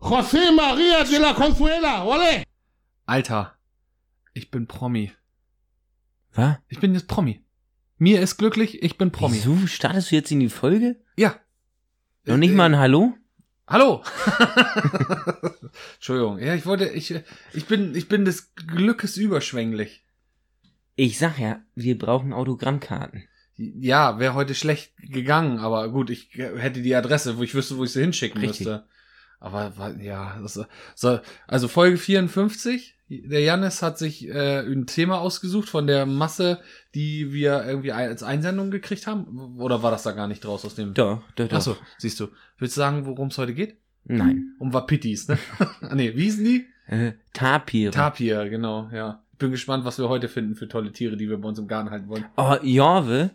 José María de la Consuela, ole! Alter, ich bin Promi. Was? Ich bin jetzt Promi. Mir ist glücklich, ich bin Promi. Wieso startest du jetzt in die Folge? Ja. Noch nicht mal ein Hallo? Äh, Hallo. Entschuldigung. Ja, ich wollte, ich, ich bin, ich bin des Glückes überschwänglich. Ich sag ja, wir brauchen Autogrammkarten. Ja, wäre heute schlecht gegangen, aber gut, ich hätte die Adresse, wo ich wüsste, wo ich sie hinschicken Richtig. müsste. Aber wa- ja, das, so, also Folge 54. Der Jannis hat sich äh, ein Thema ausgesucht von der Masse, die wir irgendwie ein- als Einsendung gekriegt haben. Oder war das da gar nicht draus aus dem? Doch, doch, doch. Achso, siehst du. Willst du sagen, worum es heute geht? Nein. Um Wapitis, ne? Ah, nee, wie hießen die? Äh, Tapir. Tapir, genau, ja. Ich bin gespannt, was wir heute finden für tolle Tiere, die wir bei uns im Garten halten wollen. oh, Jorve.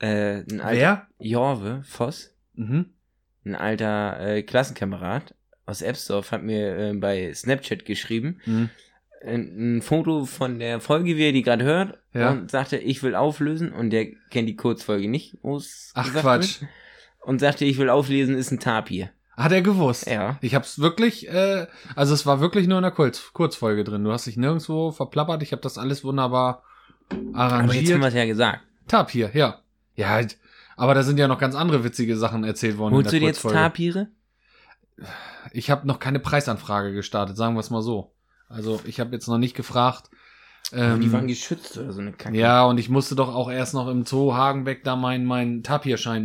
Äh, ein alter Wer? Jorve Voss, Mhm. ein alter äh, Klassenkamerad aus Ebsdorf, hat mir äh, bei Snapchat geschrieben, mhm. äh, ein Foto von der Folge, wie er die gerade hört, Ja. und sagte, ich will auflösen, und der kennt die Kurzfolge nicht, wo es Ach gesagt Quatsch. wird. Und sagte, ich will auflesen, ist ein Tapir. Hat er gewusst. Ja. Ich hab's wirklich, äh, also es war wirklich nur in der Kurz Kurzfolge drin. Du hast dich nirgendwo verplappert. Ich habe das alles wunderbar Aber jetzt haben wir arrangiert. es ja gesagt. Tapir, ja. Ja, halt. aber da sind ja noch ganz andere witzige Sachen erzählt worden. Holst du in dir der jetzt Kurzfolge. Tapire? Ich habe noch keine Preisanfrage gestartet, sagen wir es mal so. Also ich habe jetzt noch nicht gefragt. Ähm, die waren geschützt oder so eine Kacke. Ja, und ich musste doch auch erst noch im Zoo Hagenbeck da meinen meinen Tapirschein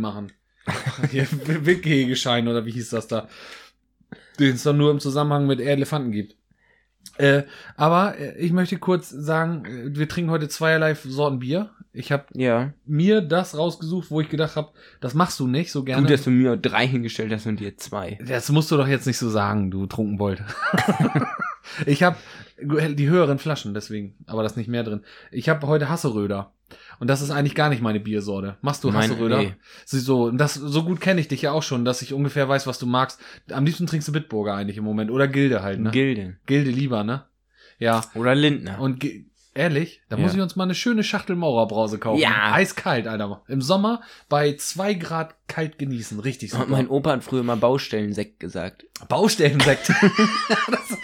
machen. Hier, Wildgehegeschein oder wie hieß das da? Den es dann nur im Zusammenhang mit Elefanten gibt. Äh, aber äh, ich möchte kurz sagen, äh, wir trinken heute zweierlei Sorten Bier. Ich habe Ja. mir das rausgesucht, wo ich gedacht habe, das machst du nicht so gerne. Gut, dass du mir drei hingestellt hast und dir zwei. Das musst du doch jetzt nicht so sagen, du Trunkenbold. ich habe die höheren Flaschen, deswegen, aber das nicht mehr drin. Ich habe heute Hasseröder. Und das ist eigentlich gar nicht meine Biersorte. Machst du Mein- Hasseröder? nee. Sie- So, und das, so gut kenne ich dich ja auch schon, dass ich ungefähr weiß, was du magst. Am liebsten trinkst du Bitburger eigentlich im Moment. Oder Gilde halt, ne? Gilden. Gilde lieber, ne? Ja. Oder Lindner. Und ge- ehrlich, da muss Ja. ich uns mal eine schöne Schachtel Maurerbrause kaufen. Ja. Eiskalt, Alter. Im Sommer bei zwei Grad kalt genießen. Richtig super. Und mein Opa hat früher mal Baustellensekt gesagt. Baustellensekt. das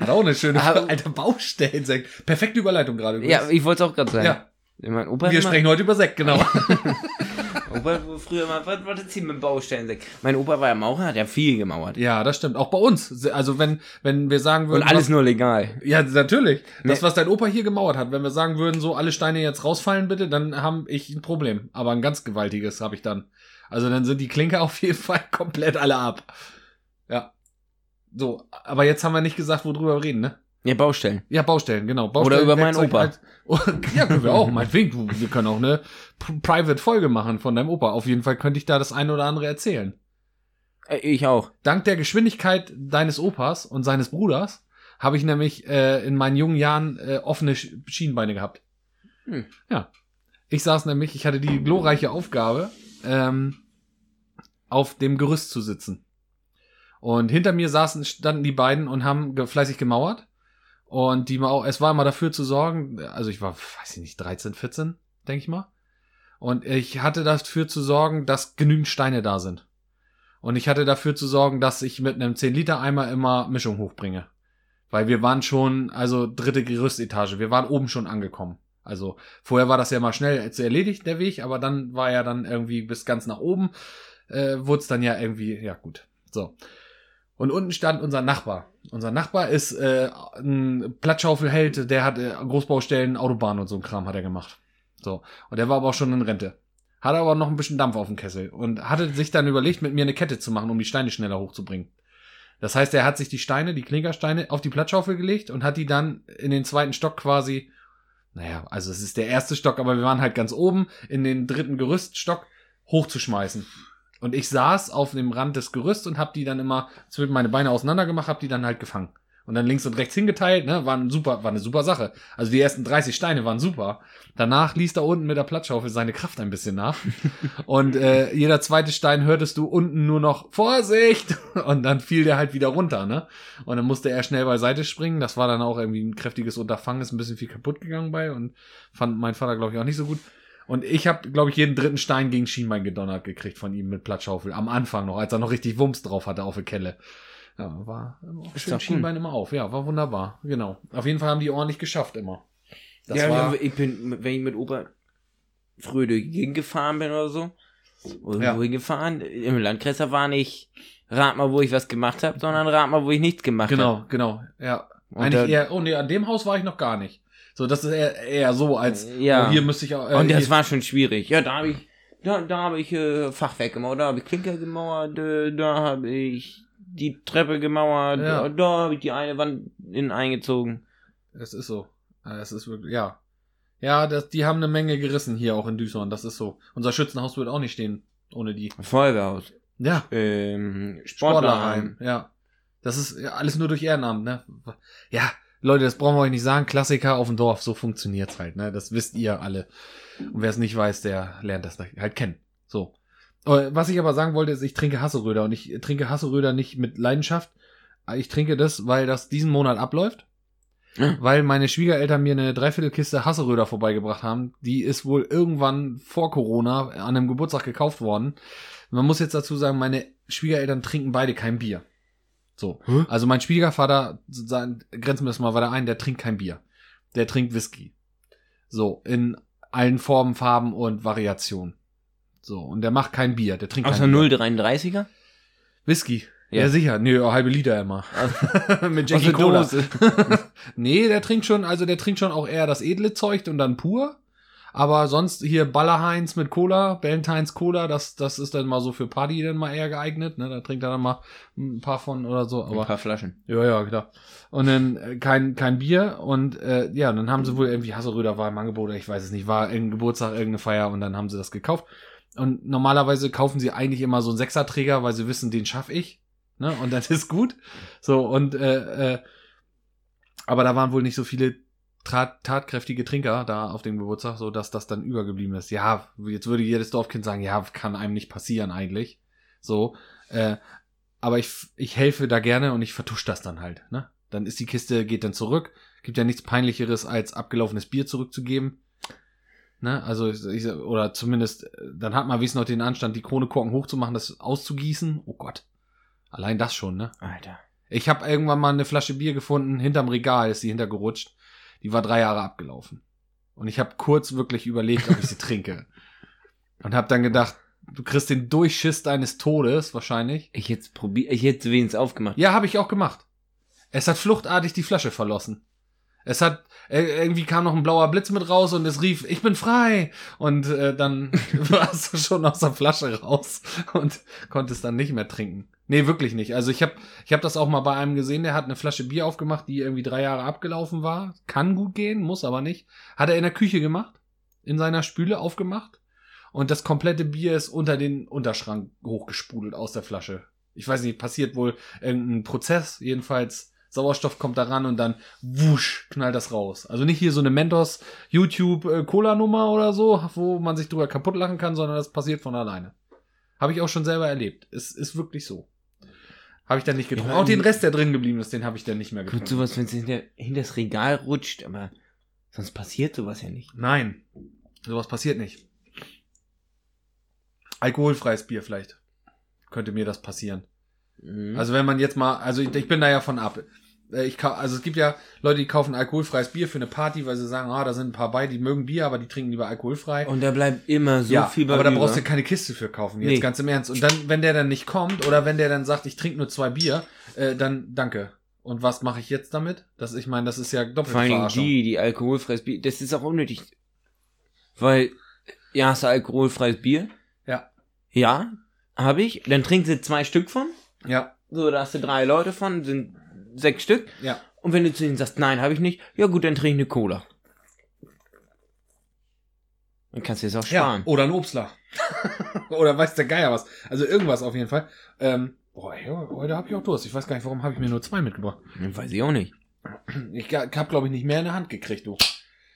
hat auch eine schöne Aber- Alter Baustellensekt. Perfekte Überleitung gerade. übrigens. Ah. Ja, ich wollte es auch gerade sagen. ja. Mein Opa, Wir hat sprechen heute über Sekt, genau. immer, Opa hat wohl früher mal, was, was ist hier mit dem Baustellensekt? Mein Opa war ja Maurer, hat ja viel gemauert. ja, das stimmt. Auch bei uns. Also wenn, wenn wir sagen und würden. alles was, nur legal. ja, natürlich. Das, Nee. was dein Opa hier gemauert hat, wenn wir sagen würden, so alle Steine jetzt rausfallen bitte, dann habe ich ein Problem. Aber ein ganz gewaltiges habe ich dann. Also dann sind die Klinker auf jeden Fall komplett alle ab. Ja. So, aber jetzt haben wir nicht gesagt, worüber wir reden, ne? Ja, Baustellen. Ja, Baustellen, genau. Baustellen, Oder über meinen Werkzeug Opa. als- Oh, ja, können wir auch. Meinetwegen, du, wir können auch eine P- Private-Folge machen von deinem Opa. Auf jeden Fall könnte ich da das eine oder andere erzählen. Äh, Ich auch. Dank der Geschwindigkeit deines Opas und seines Bruders habe ich nämlich äh, in meinen jungen Jahren äh, offene Sch Schienbeine gehabt. Hm. Ja. Ich saß nämlich, ich hatte die glorreiche Aufgabe, ähm, auf dem Gerüst zu sitzen. Und hinter mir saßen, standen die beiden und haben ge fleißig gemauert. Und die Mau es war immer dafür zu sorgen, also ich war, weiß ich nicht, 13, 14, denke ich mal. Und ich hatte dafür zu sorgen, dass genügend Steine da sind. Und ich hatte dafür zu sorgen, dass ich mit einem 10-Liter-Eimer immer Mischung hochbringe. Weil wir waren schon, also dritte Gerüstetage, wir waren oben schon angekommen. Also vorher war das ja mal schnell zu erledigt, der Weg, aber dann war ja dann irgendwie bis ganz nach oben, äh, wurde es dann ja irgendwie, ja gut, so. Und unten stand unser Nachbar. Unser Nachbar ist äh, ein Plattschaufelheld, der hat äh, Großbaustellen, Autobahnen und so ein Kram hat er gemacht. So. Und der war aber auch schon in Rente. Hatte aber noch ein bisschen Dampf auf dem Kessel und hatte sich dann überlegt, mit mir eine Kette zu machen, um die Steine schneller hochzubringen. Das heißt, er hat sich die Steine, die Klinkersteine, auf die Plattschaufel gelegt und hat die dann in den zweiten Stock quasi, naja, also es ist der erste Stock, aber wir waren halt ganz oben, in den dritten Gerüststock hochzuschmeißen. Und ich saß auf dem Rand des Gerüsts und habe die dann immer zwischen meine Beine auseinander gemacht, habe die dann halt gefangen. Und dann links und rechts hingeteilt, ne, waren super, war eine super Sache. Also die ersten 30 Steine waren super. Danach ließ da unten mit der Plattschaufel seine Kraft ein bisschen nach. Und äh, jeder zweite Stein hörtest du unten nur noch Vorsicht! Und dann fiel der halt wieder runter, ne? Und dann musste er schnell beiseite springen. Das war dann auch irgendwie ein kräftiges Unterfangen, ist ein bisschen viel kaputt gegangen bei und fand mein Vater, glaube ich, auch nicht so gut. Und ich habe, glaube ich, jeden dritten Stein gegen Schienbein gedonnert gekriegt von ihm mit Plattschaufel. Am Anfang noch, als er noch richtig Wumms drauf hatte auf der Kelle. Ja, war immer Ist schön doch Schienbein immer auf. Ja, war wunderbar. Genau. Auf jeden Fall haben die ordentlich geschafft immer. Das ja, war, ja, ich bin, wenn ich mit Opa früher durch die Gegend gefahren bin oder so, oder Ja. wohin gefahren, im Landkreis, da war nicht, rat mal, wo ich was gemacht habe, sondern rat mal, wo ich nichts gemacht habe. genau, genau. Ja, eigentlich eher, oh nee, an dem Haus war ich noch gar nicht. So, das ist eher, eher so als, Ja. oh, hier müsste ich auch, äh, Und das hier- war schon schwierig. Ja, da habe ich, da, da habe ich äh, Fachwerk gemauert, da habe ich Klinker gemauert, äh, da habe ich die Treppe gemauert, Ja. da, da habe ich die eine Wand in eingezogen. es ist so. Äh, Es ist wirklich, ja. Ja, das, die haben eine Menge gerissen hier auch in Düsseldorf, das ist so. Unser Schützenhaus würde auch nicht stehen ohne die. Feuerwehrhaus. Ja, Ähm, Sportlerheim, Sportlerheim. ja. Das ist ja alles nur durch Ehrenamt, ne? Ja, Leute, das brauchen wir euch nicht sagen. Klassiker auf dem Dorf, so funktioniert's halt, ne? Das wisst ihr alle. Und wer es nicht weiß, der lernt das halt kennen. So. Aber Was ich aber sagen wollte, ist, ich trinke Hasseröder und ich trinke Hasseröder nicht mit Leidenschaft. Äh, Ich trinke das, weil das diesen Monat abläuft. Ja. Weil meine Schwiegereltern mir eine Dreiviertelkiste Hasseröder vorbeigebracht haben. Die ist wohl irgendwann vor Corona an einem Geburtstag gekauft worden. Man muss jetzt dazu sagen, meine Schwiegereltern trinken beide kein Bier. So. Hä? Also mein Schwiegervater, sozusagen, grenzen wir das mal weiter ein, der trinkt kein Bier. Der trinkt Whisky. So, in allen Formen, Farben und Variationen. So, und der macht kein Bier, der trinkt Aus kein der Bier. 033er? Whisky. Ja, Ja. sicher. Nö, halbe Liter immer. Mit Aus Jackie der Cola. Dose. nee, der trinkt schon, also der trinkt schon auch eher das edle Zeug und dann pur. Aber sonst hier Ballerheinz mit Cola, Ballantines Cola, das, das ist dann mal so für Party dann mal eher geeignet. Ne? Da trinkt er dann mal ein paar von oder so. Ein Aber paar Flaschen. ja, ja, klar. Und dann äh, kein, kein Bier und äh, ja, dann haben sie wohl irgendwie Hasseröder war im Angebot, oder ich weiß es nicht, war irgendein Geburtstag, irgendeine Feier und dann haben sie das gekauft. Und normalerweise kaufen sie eigentlich immer so einen Sechserträger, weil sie wissen, den schaff ich. Ne? Und das ist gut. So, und äh, äh, aber da waren wohl nicht so viele trat, tatkräftige Trinker da auf dem Geburtstag, so dass das dann übergeblieben ist. Ja, jetzt würde jedes Dorfkind sagen, ja, kann einem nicht passieren eigentlich. So, äh, aber ich, ich helfe da gerne und ich vertusche das dann halt, ne? Dann ist die Kiste, geht dann zurück. Gibt ja nichts peinlicheres, als abgelaufenes Bier zurückzugeben. Ne? Also, ich, ich, oder zumindest, äh, dann hat man wenigstens noch den Anstand, die Kronekorken hochzumachen, das auszugießen. Oh Gott. Allein das schon, ne? Alter. Ich habe irgendwann mal eine Flasche Bier gefunden, hinterm Regal ist sie hintergerutscht. Die war drei Jahre abgelaufen. Und ich habe kurz wirklich überlegt, ob ich sie trinke. Und habe dann gedacht, du kriegst den Durchschiss deines Todes wahrscheinlich. Ich jetzt probier, ich hätte wenigstens aufgemacht. Ja, habe ich auch gemacht. Es hat fluchtartig die Flasche verlassen. Es hat äh, irgendwie kam noch ein blauer Blitz mit raus und es rief, ich bin frei. Und äh, dann warst du schon aus der Flasche raus und konntest dann nicht mehr trinken. Nee, wirklich nicht. Also ich habe ich hab das auch mal bei einem gesehen, der hat eine Flasche Bier aufgemacht, die irgendwie drei Jahre abgelaufen war. Kann gut gehen, muss aber nicht. Hat er in der Küche gemacht, in seiner Spüle aufgemacht. Und das komplette Bier ist unter den Unterschrank hochgespudelt aus der Flasche. Ich weiß nicht, passiert wohl irgendein Prozess, jedenfalls Sauerstoff kommt da ran und dann wusch, knallt das raus. Also nicht hier so eine Mentos YouTube äh, Cola Nummer oder so, wo man sich drüber kaputt lachen kann, sondern das passiert von alleine. Habe ich auch schon selber erlebt. Es ist wirklich so. Habe ich dann nicht getrunken. Ja, auch den Rest, der drin geblieben ist, den habe ich dann nicht mehr Gut, getrunken. sowas, wenn es hinter, hinter das Regal rutscht, aber sonst passiert sowas ja nicht. Nein, sowas passiert nicht. Alkoholfreies Bier vielleicht. Könnte mir das passieren. Mhm. Also wenn man jetzt mal, also ich, ich bin da ja von ab. Äh, Ich, kau- also es gibt ja Leute, die kaufen alkoholfreies Bier für eine Party, weil sie sagen, ah, da sind ein paar bei, die mögen Bier, aber die trinken lieber alkoholfrei. und da bleibt immer so ja, viel bei aber da über. brauchst du keine Kiste für kaufen, jetzt Nee. ganz im Ernst. Und dann, wenn der dann nicht kommt oder wenn der dann sagt, ich trinke nur zwei Bier, äh, dann danke. Und was mache ich jetzt damit? Das, ich meine, das ist ja doppelt Vor allen Dingen die, die alkoholfreies Bier, das ist auch unnötig. Weil, ja, hast du alkoholfreies Bier? Ja. Ja, habe ich. Dann trinkst du zwei Stück von. Ja, So, da hast du drei Leute von, sind sechs Stück. ja. Und wenn du zu denen sagst, nein, habe ich nicht, ja gut, dann trinke ich eine Cola. Dann kannst du es auch Ja, sparen. oder ein Obstler. oder weiß der Geier was. Also irgendwas auf jeden Fall. Ähm, boah, ey, heute habe ich auch Durst. Ich weiß gar nicht, warum habe ich mir nur zwei mitgebracht. Dann Weiß ich auch nicht. Ich ga- hab, glaube ich, nicht mehr in der Hand gekriegt, du.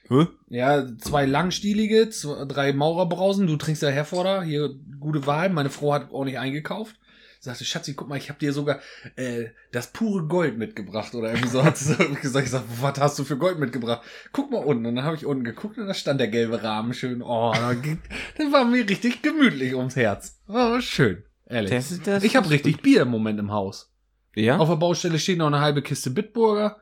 Hä? Ja, zwei langstielige, zw- drei Maurerbrausen. Du trinkst ja Herforder. Hier, gute Wahl. Meine Frau hat auch nicht eingekauft. Sagte, Schatzi, guck mal, ich hab dir sogar äh, das pure Gold mitgebracht. Oder irgendwie so hat sie so gesagt. Ich sag, was hast du für Gold mitgebracht? Guck mal unten. Und dann habe ich unten geguckt und da stand der gelbe Rahmen schön. Oh, da ging- das war mir richtig gemütlich ums Herz. War schön, ehrlich. Das ist das. Ich habe richtig Bier im Moment im Haus. Ja? Auf der Baustelle steht noch eine halbe Kiste Bitburger.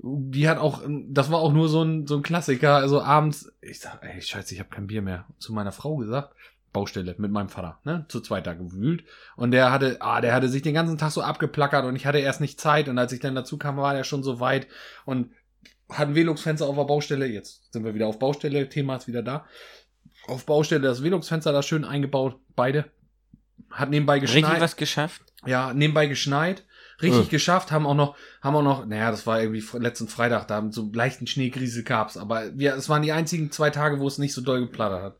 Die hat auch, das war auch nur so ein, so ein Klassiker. Also abends, ich sag, ey, scheiße, ich habe kein Bier mehr. Zu meiner Frau gesagt, Baustelle mit meinem Vater, ne? Zu zweit da gewühlt. Und der hatte, ah, der hatte sich den ganzen Tag so abgeplackert und ich hatte erst nicht Zeit. Und als ich dann dazu kam, war der schon so weit und hat ein Velux-Fenster auf der Baustelle. Jetzt sind wir wieder auf Baustelle, Thema ist wieder da. Auf Baustelle das Velux-Fenster da schön eingebaut, beide. Hat nebenbei geschneit Richtig was geschafft? ja, nebenbei geschneit, richtig Äh. geschafft, haben auch noch, haben auch noch, naja, das war irgendwie fr- letzten Freitag, da haben so leichten Schneegriesel gab's, aber wir, es waren die einzigen zwei Tage, wo es nicht so doll geplattert hat.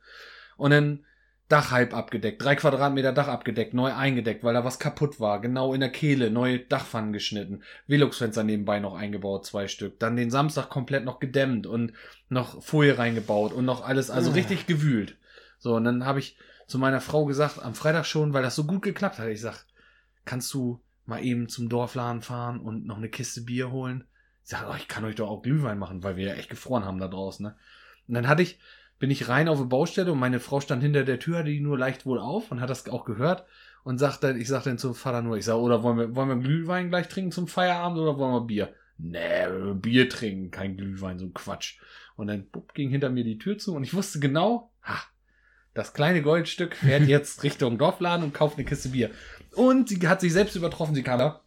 Und dann Dach halb abgedeckt, drei Quadratmeter Dach abgedeckt, neu eingedeckt, weil da was kaputt war, genau in der Kehle, neue Dachpfannen geschnitten, Veluxfenster nebenbei noch eingebaut, zwei Stück, dann den Samstag komplett noch gedämmt und noch Folie reingebaut und noch alles, also Ah. richtig gewühlt. So, und dann habe ich zu meiner Frau gesagt, am Freitag schon, weil das so gut geklappt hat. Ich sag, kannst du mal eben zum Dorfladen fahren und noch eine Kiste Bier holen? Ich sag, oh, ich kann euch doch auch Glühwein machen, weil wir ja echt gefroren haben da draußen, ne? Und dann hatte ich, bin ich rein auf eine Baustelle und meine Frau stand hinter der Tür, hatte die nur leicht wohl auf und hat das auch gehört und sagt dann, ich sag dann zum Vater nur, ich sag, oder wollen wir, wollen wir Glühwein gleich trinken zum Feierabend oder wollen wir Bier? Nee, Bier trinken, kein Glühwein, so ein Quatsch. Und dann bupp, ging hinter mir die Tür zu und ich wusste genau, ha, das kleine Goldstück fährt jetzt Richtung Dorfladen und kauft eine Kiste Bier. Und sie hat sich selbst übertroffen, sie kam da.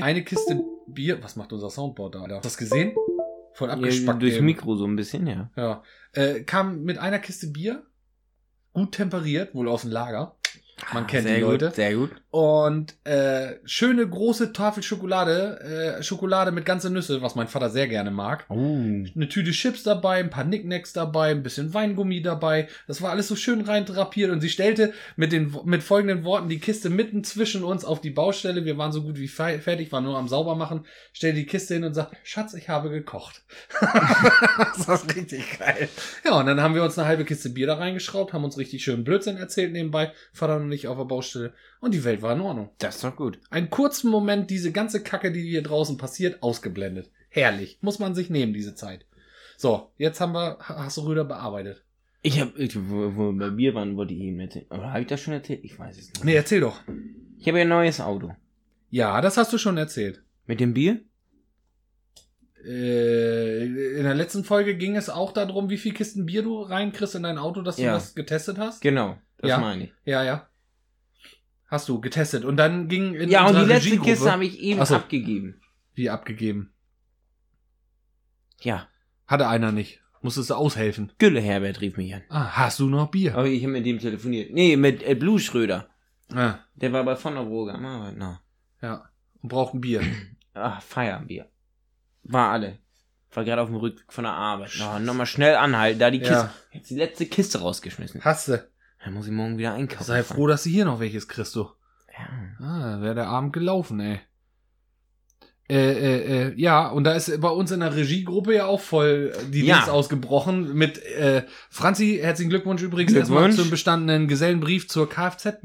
Eine Kiste Bier. Was macht unser Soundboard da? Alter? Hast du das gesehen? Voll Ja, abgespackt. durchs eben. Mikro so ein bisschen, ja. Ja. Äh, kam mit einer Kiste Bier, gut temperiert, wohl aus dem Lager. Man kennt Ah, sehr die gut, Leute. Sehr gut. Und äh, schöne große Tafel Schokolade, äh, Schokolade mit ganzen Nüsse, was mein Vater sehr gerne mag Oh. eine Tüte Chips dabei, ein paar Nicknacks dabei, ein bisschen Weingummi dabei. Das war alles so schön rein drapiert und sie stellte mit den mit folgenden Worten die Kiste mitten zwischen uns auf die Baustelle. Wir waren so gut wie fe- fertig, waren nur am saubermachen. Stellte die Kiste hin und sagt: "Schatz, ich habe gekocht." das war richtig geil. Ja, und dann haben wir uns eine halbe Kiste Bier da reingeschraubt, haben uns richtig schön Blödsinn erzählt nebenbei, Vater und ich auf der Baustelle und die Welt war in Ordnung. Das ist doch gut. Einen kurzen Moment diese ganze Kacke, die hier draußen passiert, ausgeblendet. Herrlich. Muss man sich nehmen, diese Zeit. So, jetzt haben wir Hasse Röder bearbeitet. Ich hab, ich, wo, wo wir bei Bier waren, wollte ich ihm erzählen. Oder habe ich das schon erzählt? Ich weiß es nicht. Nee, erzähl doch. Ich habe ja ein neues Auto. Ja, das hast du schon erzählt. Mit dem Bier? Äh, in der letzten Folge ging es auch darum, wie viel Kisten Bier du reinkriegst in dein Auto, dass du Ja. das getestet hast. Genau, das Ja. meine ich. ja, ja. Hast du getestet. Und dann ging in ja, und die unserer letzte Regiegruppe- Kiste habe ich eben Ach so. abgegeben. Wie abgegeben. Ja, Hatte einer nicht. Musstest du aushelfen. Gülle Herbert rief mich an. Ah, hast du noch Bier? Aber ich habe mit dem telefoniert. Nee, mit äh, Blue Schröder. Ah, Der war bei von der Broge am Arbeiten. Na. ja. Und braucht ein Bier. Ach, Ah, Feierbier. War alle. War gerade auf dem Rückweg von der Arbeit. Na, nochmal schnell anhalten, da die Kiste. Ja. Jetzt die letzte Kiste rausgeschmissen. Hasse. Dann muss ich morgen wieder einkaufen. Sei fahren. froh, dass du hier noch welches kriegst, du. Ja. Ah, wäre der Abend gelaufen, ey. Äh, äh, äh, ja, und da ist bei uns in der Regiegruppe ja auch voll äh, die Ja. Dings ausgebrochen mit äh, Franzi, herzlichen Glückwunsch übrigens erstmal Glückwunsch. zum bestandenen Gesellenbrief zur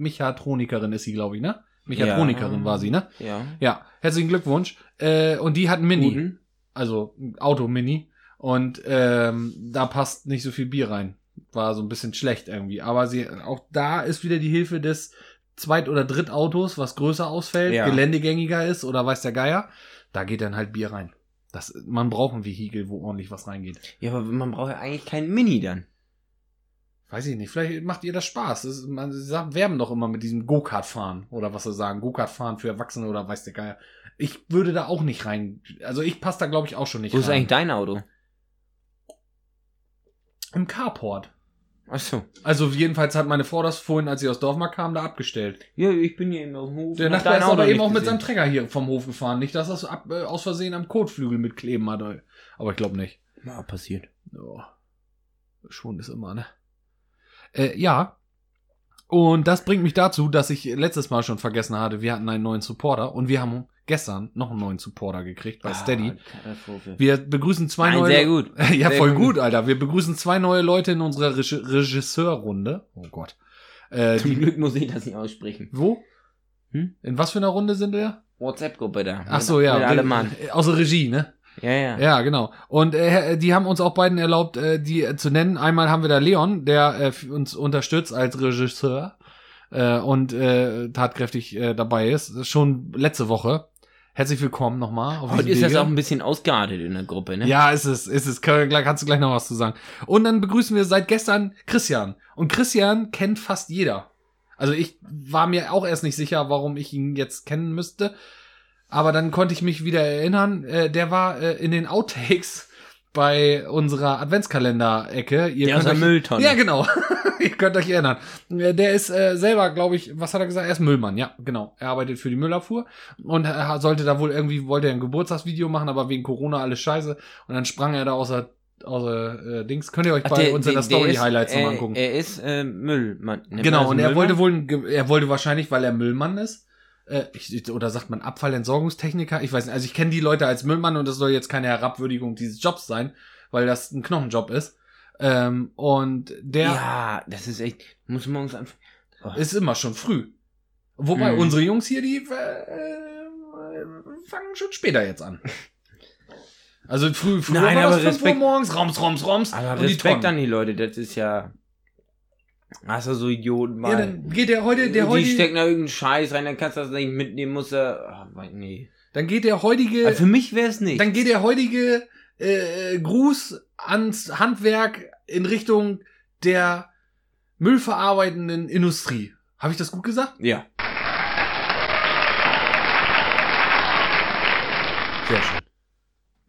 Kfz-Mechatronikerin ist sie, glaube ich, ne? Mechatronikerin Ja. war sie, ne? Ja. Ja, herzlichen Glückwunsch. Äh, und die hat einen Mini, Guten. also ein Auto-Mini. Und ähm, da passt nicht so viel Bier rein. War so ein bisschen schlecht irgendwie. Aber sie, auch da ist wieder die Hilfe des Zweit- oder Drittautos, was größer ausfällt, Ja. geländegängiger ist oder weiß der Geier. Da geht dann halt Bier rein. Das, man braucht ein Vehikel, wo ordentlich was reingeht. Ja, aber man braucht ja eigentlich keinen Mini dann. Weiß ich nicht, vielleicht macht ihr das Spaß. Das ist, man, sie sagen, werben doch immer mit diesem Go-Kart-Fahren oder was sie sagen. Go-Kart-Fahren für Erwachsene oder weiß der Geier. Ich würde da auch nicht rein. Also ich passe da, glaube ich, auch schon nicht Wo ist rein. eigentlich dein Auto? Im Carport. Ach so. Also jedenfalls hat meine Frau das vorhin, als sie aus Dorfmark kam, da abgestellt. Ja, ich bin hier eben auf dem Hof. Der und hab Nachbar dein ist Auto aber eben nicht auch mit gesehen. seinem Träger hier vom Hof gefahren. Nicht, dass das ab, äh, aus Versehen am Kotflügel mitkleben hat. ey. Aber ich glaube nicht. Ja, passiert. Ja. Schon ist immer, ne? Äh, ja. Und das bringt mich dazu, dass ich letztes Mal schon vergessen hatte, wir hatten einen neuen Supporter und wir haben gestern noch einen neuen Supporter gekriegt bei Steady. Ah, Katastrophe. Wir begrüßen zwei Nein, neue sehr gut. ja, Sehr voll gut. gut, Alter. Wir begrüßen zwei neue Leute in unserer Regi Regisseurrunde. Oh Gott. Äh, Zum die, Glück muss ich das nicht aussprechen. wo? Hm? In was für einer Runde sind wir? WhatsApp-Gruppe da. Ach so, ja. Mit allem Mann. Äh, Außer Regie, ne? Ja, ja. Ja, genau. Und äh, die haben uns auch beiden erlaubt, äh, die äh, zu nennen. Einmal haben wir da Leon, der äh, f- uns unterstützt als Regisseur. äh, und äh, tatkräftig äh, dabei ist. Schon letzte Woche. Herzlich willkommen nochmal. auf Heute diesem ist das Wege. auch ein bisschen ausgeartet in der Gruppe, ne? Ja, ist es, ist es. Kann- gleich- Kannst du gleich noch was zu sagen. Und dann begrüßen wir seit gestern Christian. Und Christian kennt fast jeder. Also ich war mir auch erst nicht sicher, warum ich ihn jetzt kennen müsste. Aber dann konnte ich mich wieder erinnern, äh, der war äh, in den Outtakes bei unserer Adventskalender-Ecke. Ihr Der könnt aus der euch- Mülltonne. Ja, genau. Ihr könnt euch erinnern. Äh, Der ist äh, selber, glaube ich, was hat er gesagt? Er ist Müllmann, ja, genau. Er arbeitet für die Müllabfuhr und äh, sollte da wohl irgendwie, wollte er ein Geburtstagsvideo machen, aber wegen Corona alles scheiße. Und dann sprang er da außer, außer äh, Dings. Könnt ihr euch Ach, bei der- uns in der- der Story der ist, Highlights äh, nochmal angucken. Er ist äh, Müllmann. Ne, genau, also und er Müllmann? wollte wohl, ein Ge- er wollte wahrscheinlich, weil er Müllmann ist, äh, ich, ich- oder sagt man Abfallentsorgungstechniker? Ich weiß nicht. Also ich kenne die Leute als Müllmann und das soll jetzt keine Herabwürdigung dieses Jobs sein, weil das ein Knochenjob ist. Ähm, und der Ja, das ist echt. Muss morgens anfangen. ist immer schon früh. Wobei Mhm. unsere Jungs hier, die äh, fangen schon später jetzt an. Also früh, früh Nein, aber Respekt- Uhr morgens, rums, rums, rums. Aber die also Respekt an Tonnen. die Leute, das ist ja. Hast du so Idioten mal. Ja, dann geht der heute, der die heutige, stecken da irgendeinen Scheiß rein, dann kannst du das nicht mitnehmen, musst du. Ah, weiß nee. dann geht der heutige, Also für mich wäre es nicht. Äh, dann geht der heutige äh, Gruß ans Handwerk in Richtung der müllverarbeitenden Industrie. Habe ich das gut gesagt? ja. Sehr schön.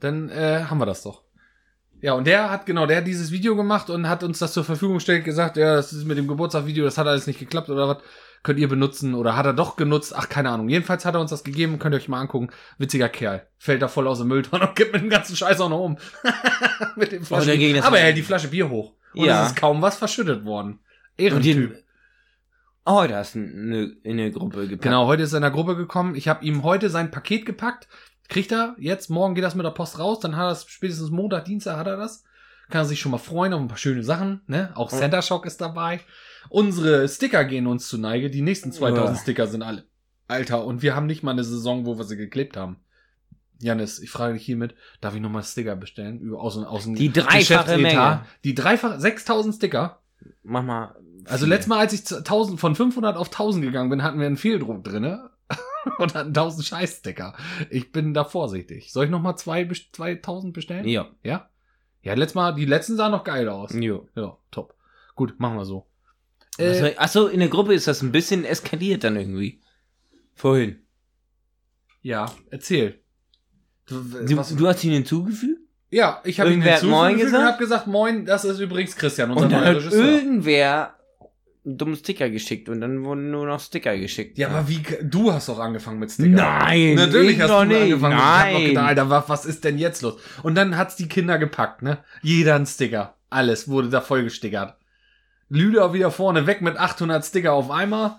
Dann äh, haben wir das doch. Ja, und der hat, genau, der hat dieses Video gemacht und hat uns das zur Verfügung gestellt, gesagt, ja, das ist mit dem Geburtstagsvideo, das hat alles nicht geklappt oder was, könnt ihr benutzen oder hat er doch genutzt, ach, keine Ahnung. Jedenfalls hat er uns das gegeben, könnt ihr euch mal angucken. Witziger Kerl. Fällt da voll aus dem Mülltonne und kippt mit dem ganzen Scheiß auch noch um. mit dem Flaschen. der ging das- Aber er hält die Flasche Bier hoch. Und Ja. es ist kaum was verschüttet worden. Und die, Ehrentyp. oh, da ist eine, eine Gruppe gepackt. Genau, heute ist er in der Gruppe gekommen. Ich habe ihm heute sein Paket gepackt. Kriegt er jetzt, morgen geht das mit der Post raus, dann hat er es spätestens Montag, Dienstag hat er das. Kann er sich schon mal freuen auf ein paar schöne Sachen, ne? Auch Ja. Center Shock ist dabei. Unsere Sticker gehen uns zu Neige. Die nächsten 2000 Ja. Sticker sind alle. Alter, und wir haben nicht mal eine Saison, wo wir sie geklebt haben. Janis, ich frage dich hiermit, darf ich nochmal Sticker bestellen? Über, aus, dem- aus dem Die dreifache Geschäftsetat? Menge. Die dreifache, 6000 Sticker. Mach mal. Also vier. letztes Mal, als ich zu 1000, von 500 auf 1000 gegangen bin, hatten wir einen Fehldruck drinne und hatten 1000 Scheißsticker. Ich bin da vorsichtig. Soll ich noch mal zwei, bes- 2000 bestellen? Ja. Ja? Ja, letztes Mal, die letzten sahen noch geil aus. Jo. Ja, top. Gut, machen wir so. Achso, Äh, achso, in der Gruppe ist das ein bisschen eskaliert dann irgendwie. Vorhin. ja, erzähl. Du, Du, was, du hast ihn hinzugefügt? ja, ich habe ihm Irgendwer hat hinzugefügt Moin und gesagt? habe gesagt, Moin, das ist übrigens Christian, unser Und dann neuer hat Regisseur. irgendwer einen dummen Sticker geschickt und dann wurden nur noch Sticker geschickt. Ja, aber wie, du hast doch angefangen mit Sticker. Nein, Natürlich ich hast du noch angefangen. nicht. Ich hab noch Nein. gedacht, Alter, was, was ist denn jetzt los? Und dann hat's die Kinder gepackt, ne? Jeder ein Sticker. Alles wurde da vollgestickert. Lüder wieder vorne weg mit 800 Sticker auf einmal.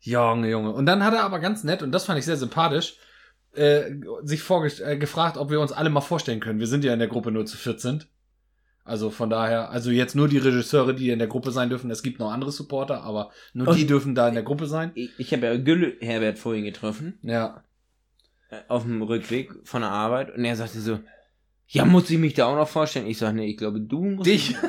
Junge, Junge. Und dann hat er aber ganz nett, und das fand ich sehr sympathisch, äh, sich vorges- äh, gefragt, ob wir uns alle mal vorstellen können. Wir sind ja in der Gruppe nur zu viert sind. Also von daher, also jetzt nur die Regisseure, die in der Gruppe sein dürfen. Es gibt noch andere Supporter, aber nur die Und- dürfen da in der Gruppe sein. Ich, ich habe ja Gülle Herbert vorhin getroffen, Ja. äh, auf dem Rückweg von der Arbeit, und er sagte so, ja, muss ich mich da auch noch vorstellen? Ich sage, nee, ich glaube, du musst... Dich.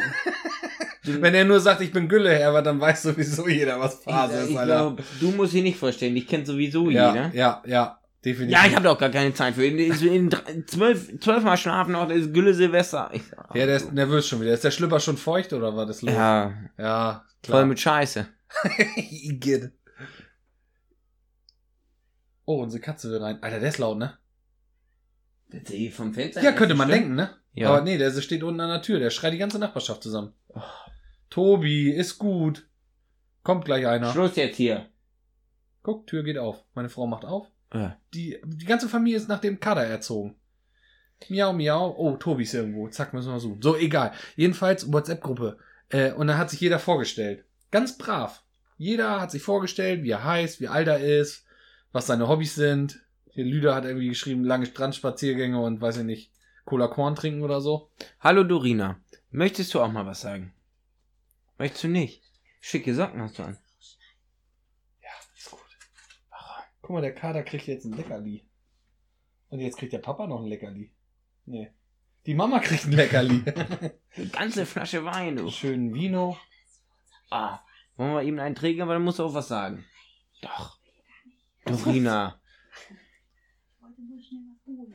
Du, Wenn er nur sagt, ich bin Gülle, Herbert, dann weiß sowieso jeder, was ich, Phase ich Ah, ist, Alter. glaub, du musst ihn nicht vorstellen, dich kennt sowieso Ja, jeder. ja, ja, definitiv. Ja, ich habe da auch gar keine Zeit für. In, in drei- zwölf, zwölfmal schlafen noch, das ist Gülle Silvester. Ich sag, Ja, der ist nervös schon wieder. Ist der Schlüpper schon feucht oder war das los? ja, ja voll klar. mit Scheiße. Igitt. oh, unsere Katze will rein. Alter, der ist laut, ne? Vom Fenster Ja, könnte man denken, ne? Ja. Oh. Aber nee, der steht unten an der Tür. Der schreit die ganze Nachbarschaft zusammen. Tobi, ist gut. Kommt gleich einer. Schluss jetzt hier. Guck, Tür geht auf. Meine Frau macht auf. Ja. Die, die ganze Familie ist nach dem Kader erzogen. Miau, miau. Oh, Tobi ist irgendwo. Zack, müssen wir suchen. So, egal. Jedenfalls WhatsApp-Gruppe. Äh, und da hat sich jeder vorgestellt. Ganz brav. Jeder hat sich vorgestellt, wie er heißt, wie alt er ist, was seine Hobbys sind. Hier Lüder hat irgendwie geschrieben, lange Strandspaziergänge und weiß ich nicht, Cola Korn trinken oder so. Hallo Dorina, möchtest du auch mal was sagen? Möchtest du nicht? Schicke Socken hast du an. Ja, ist gut. Guck mal, der Kader kriegt jetzt ein Leckerli. Und jetzt kriegt der Papa noch ein Leckerli. Nee. Die Mama kriegt ein Leckerli. Eine ganze Flasche Wein, du. Schönen Vino. Ah, Wollen wir eben einen trinken, aber dann musst du auch was sagen. Doch. Dorina. Ich wollte nur schnell was holen.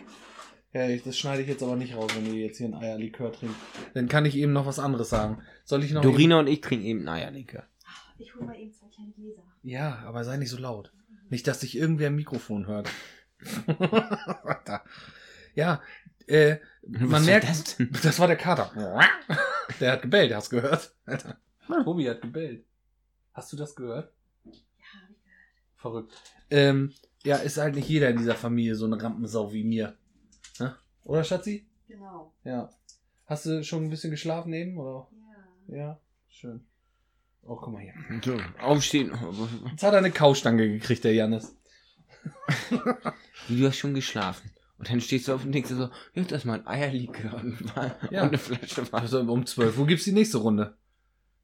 Ja, ich, das schneide ich jetzt aber nicht raus, wenn ihr jetzt hier ein Eierlikör trinkt. Dann kann ich eben noch was anderes sagen. Soll ich noch. Dorina und ich trinken eben einen Eierlikör. Ich hole mal eben zwei kleine Gläser. Ja, aber sei nicht so laut. Nicht, dass dich irgendwer im Mikrofon hört. Alter. ja, äh, man Was war merkt, das das? denn? war der Kater. Der hat gebellt, hast du gehört? Alter. Robi hat gebellt. Hast du das gehört? Ja, hab ich gehört. Verrückt. Ähm, ja, ist halt nicht jeder in dieser Familie so eine Rampensau wie mir. Ne? Oder, Schatzi? genau. Ja. Hast du schon ein bisschen geschlafen eben, oder? Ja. Ja, schön. Oh, guck mal hier. So, aufstehen. Jetzt hat er eine Kaustange gekriegt, der Jannis. Wie, du hast schon geschlafen. Und dann stehst du auf und denkst dir so, ja, das ist mal ein Eierlikör und, und Ja. eine Flasche Wasser. Also um 12 Uhr gibt's die nächste Runde.